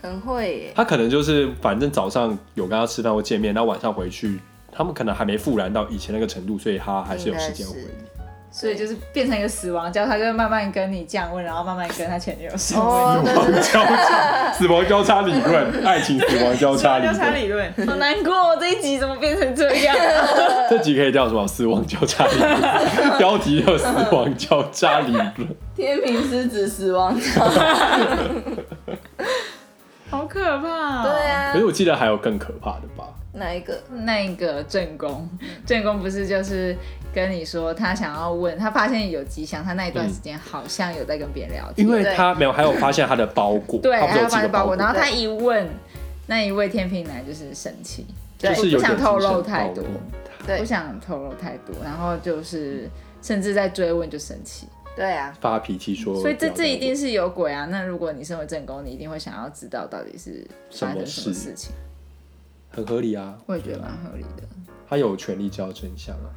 Speaker 3: 很会耶。
Speaker 2: 他可能就是反正早上有跟他吃饭或见面，然后晚上回去，他们可能还没复燃到以前那个程度，所以他还是有时间回
Speaker 3: 应该是
Speaker 2: 你。
Speaker 1: 所以就是变成一个死亡交叉，就是慢慢跟你降温，然后慢慢跟他前女友升 温。
Speaker 3: 哦，对
Speaker 2: 死亡交叉，死亡交叉理论，爱情死亡交叉理
Speaker 1: 交叉
Speaker 2: 论。
Speaker 1: 理论，好难过哦，这一集怎么变成这样？
Speaker 2: 这集可以叫什么？死亡交叉理论，标题叫“死亡交叉理论
Speaker 3: 天平狮子死 亡交。
Speaker 2: 啊
Speaker 1: 好可怕、哦。
Speaker 3: 对”。
Speaker 2: 可
Speaker 3: 啊
Speaker 2: 是，我记得还有更可怕的吧？
Speaker 3: 哪一个？
Speaker 1: 那一个正宫，正宫不是就是跟你说他想要问，他发现有吉祥，他那一段时间好像有在跟别人聊天，
Speaker 2: 嗯因为他没有，还有发现他的包裹，
Speaker 1: 对，
Speaker 2: 他不
Speaker 1: 还
Speaker 2: 是有
Speaker 1: 要发
Speaker 2: 几个
Speaker 1: 现包
Speaker 2: 裹
Speaker 1: 裹，，然后他一问，那一位天平男就是生气，
Speaker 2: 就
Speaker 1: 对，
Speaker 2: 是
Speaker 1: 不
Speaker 2: 有
Speaker 1: 想
Speaker 2: 点
Speaker 1: 透
Speaker 2: 精
Speaker 1: 露
Speaker 2: 神
Speaker 1: 太
Speaker 2: 暴
Speaker 1: 多
Speaker 2: 力，
Speaker 3: 对
Speaker 1: 不想透露太多，然后就是甚至在追问就生气，
Speaker 3: 对啊，
Speaker 2: 发脾气说，
Speaker 1: 所以这
Speaker 2: 不要
Speaker 1: 这
Speaker 2: 惹
Speaker 1: 一定
Speaker 2: 我
Speaker 1: 是有鬼啊！那如果你身为正宫，你一定会想要知道到底是发生什
Speaker 2: 什么
Speaker 1: 么
Speaker 2: 事
Speaker 1: 事情，
Speaker 2: 很合理啊，
Speaker 1: 我也觉得蛮合理的。
Speaker 2: 他有权利知道真相啊。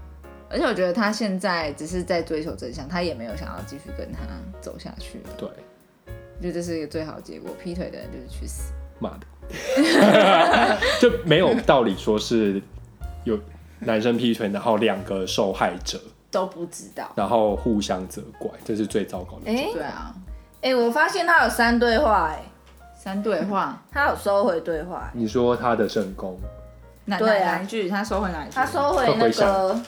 Speaker 1: 而且我觉得他现在只是在追求真相，他也没有想要继续跟他走下去了。
Speaker 2: 对，
Speaker 1: 我觉得这是一个最好的结果，劈腿的人就是去死。
Speaker 2: 妈的， 就没有道理说是有男生劈腿，然后两个受害者，
Speaker 1: 都不知道，
Speaker 2: 然后互相责怪，这是最糟糕的。
Speaker 3: 哎、
Speaker 1: 对啊，
Speaker 3: 哎、我发现他有三对话、哎，
Speaker 1: 三对话，
Speaker 3: 他有收回对话、
Speaker 2: 你说他的正宫，
Speaker 1: 哪
Speaker 3: 对
Speaker 1: 哪
Speaker 3: 啊
Speaker 1: 哪一句他收回哪一句？
Speaker 3: 他收回那
Speaker 2: 回想
Speaker 3: 个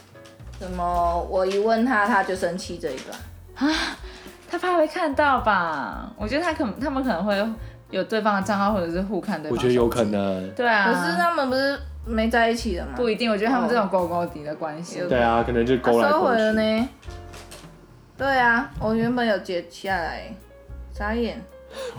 Speaker 3: 什么，我一问他他就生气这一段。
Speaker 1: 他怕会看到吧？我觉得他可他们可能会有对方的账号，或者是互看对
Speaker 2: 我
Speaker 1: 方。
Speaker 2: 觉得有可。能。
Speaker 1: 对啊，
Speaker 3: 可是他们不是没在一起的吗？
Speaker 1: 不一定，我觉得他们
Speaker 2: 哦
Speaker 1: 这种勾勾底的关系，
Speaker 2: 对啊，可能就
Speaker 3: 他
Speaker 2: 勾来
Speaker 3: 收
Speaker 2: 勾
Speaker 3: 回了
Speaker 2: 去。
Speaker 3: 呢。对啊，我原本有截下来，傻眼。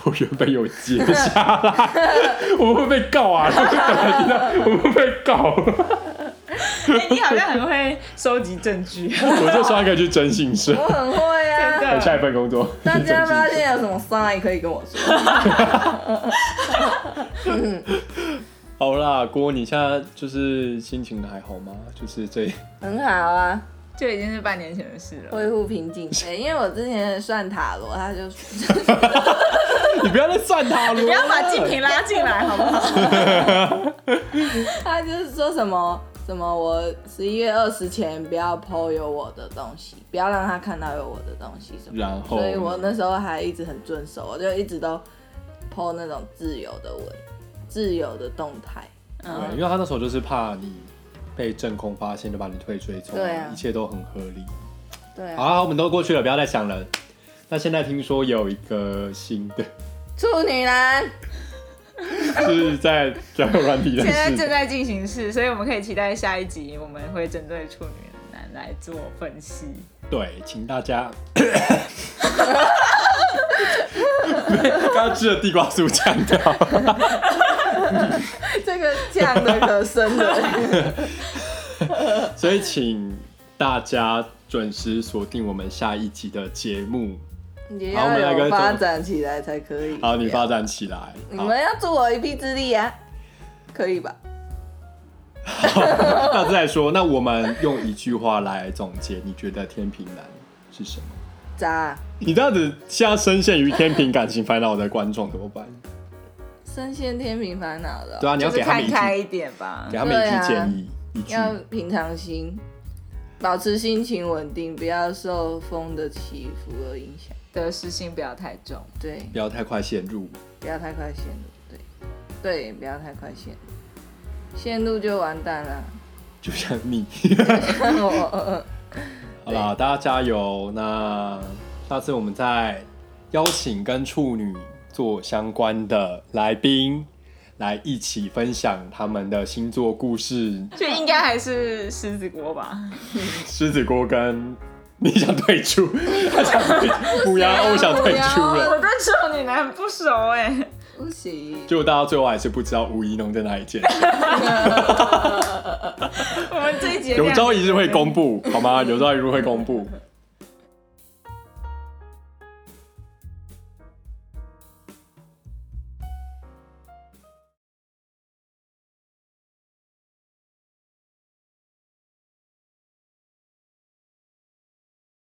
Speaker 2: 我原本有接下来， 我们会被告 啊！如果本来听到我们会被告。
Speaker 1: 哎你好像很会收集证据，啊
Speaker 2: 我就说他可以去征信社，
Speaker 3: 我很会啊
Speaker 1: 真，的
Speaker 2: 他下一份工作。
Speaker 3: 大 家
Speaker 2: 征信
Speaker 3: 发
Speaker 2: 社
Speaker 3: 现有什么伤也可以跟我说。
Speaker 2: 好啦，郭，你现在就是心情还好吗？就是这
Speaker 3: 很好啊，
Speaker 1: 就已经是半年前的事了。
Speaker 3: 恢复平 静。对，因为我之前算塔罗， 他就
Speaker 2: 你不要再算他了，
Speaker 1: 不要把静平拉进来，好不 好？
Speaker 3: 他就是说什么什么，我十一月二十前不要剖有我的东西，不要让他看到有我的东西什么的。
Speaker 2: 然后呢
Speaker 3: 所以我那时候还一直很遵守，我就一直都剖那种自由的文，自由的动态。
Speaker 2: 对，因为他那时候就是怕你被正空发现，就把你退追踪，
Speaker 3: 对啊
Speaker 2: 一切都很合理。
Speaker 3: 对
Speaker 2: 好、
Speaker 3: 啊，
Speaker 2: 啊，我们都过去了，不要再想了。那现在听说有一个新的，
Speaker 3: 处女男，
Speaker 2: 是在交友软体认
Speaker 1: 现在
Speaker 2: 识
Speaker 1: 正
Speaker 2: 的，
Speaker 1: 在进行式，所以我们可以期待下一集，我们会针对处女男来做分析。
Speaker 2: 对，请大家。 刚刚吃的地瓜酥酱掉，
Speaker 3: 这个降的可深了。
Speaker 2: 所以请大家准时锁定我们下一集的节目。
Speaker 3: 你
Speaker 2: 好我
Speaker 3: 要
Speaker 2: 们来个
Speaker 3: 有发展起来才可以。
Speaker 2: 好，你发展起来。
Speaker 3: 你
Speaker 1: 嗯
Speaker 2: 好
Speaker 3: 们要助我一臂之力啊，可以吧？
Speaker 2: 那再说，那我们用一句话来总结，你觉得天平男是什么？
Speaker 3: 渣啊，
Speaker 2: 你这样子现在深陷于天平感情烦恼的观众怎么办？
Speaker 3: 深陷天平烦恼的哦、
Speaker 2: 对啊，你要
Speaker 1: 就是
Speaker 2: 给他
Speaker 1: 看
Speaker 2: 们一句，
Speaker 1: 开一点吧
Speaker 2: 给。他们一
Speaker 3: 对啊
Speaker 2: 句建议，一句。
Speaker 3: 要平常心，保持心情稳定，不要受风的起伏而影响。
Speaker 1: 得失心不要太重，
Speaker 3: 对，
Speaker 2: 不要太快陷入，
Speaker 3: 不要太快陷入。对，对，不要太快陷入，陷入就完蛋了。
Speaker 2: 就像你。
Speaker 3: 我
Speaker 2: 好啦，大家加油！那下次我们再邀请跟处女座相关的来宾来一起分享他们的星座故事。
Speaker 1: 所以应该还是狮子锅 吧。
Speaker 2: 狮子锅跟你想退出，他想退出，母羊欧想退出
Speaker 3: 母羊
Speaker 1: 我
Speaker 2: 了。
Speaker 1: 对处女男很不熟哎、
Speaker 3: 不行，
Speaker 2: 结果大家最后还是不知道吴怡农在哪里见，
Speaker 1: 我们这一节
Speaker 2: 有
Speaker 1: 量
Speaker 2: 朝一日会公布，好吗？有朝一日会公布。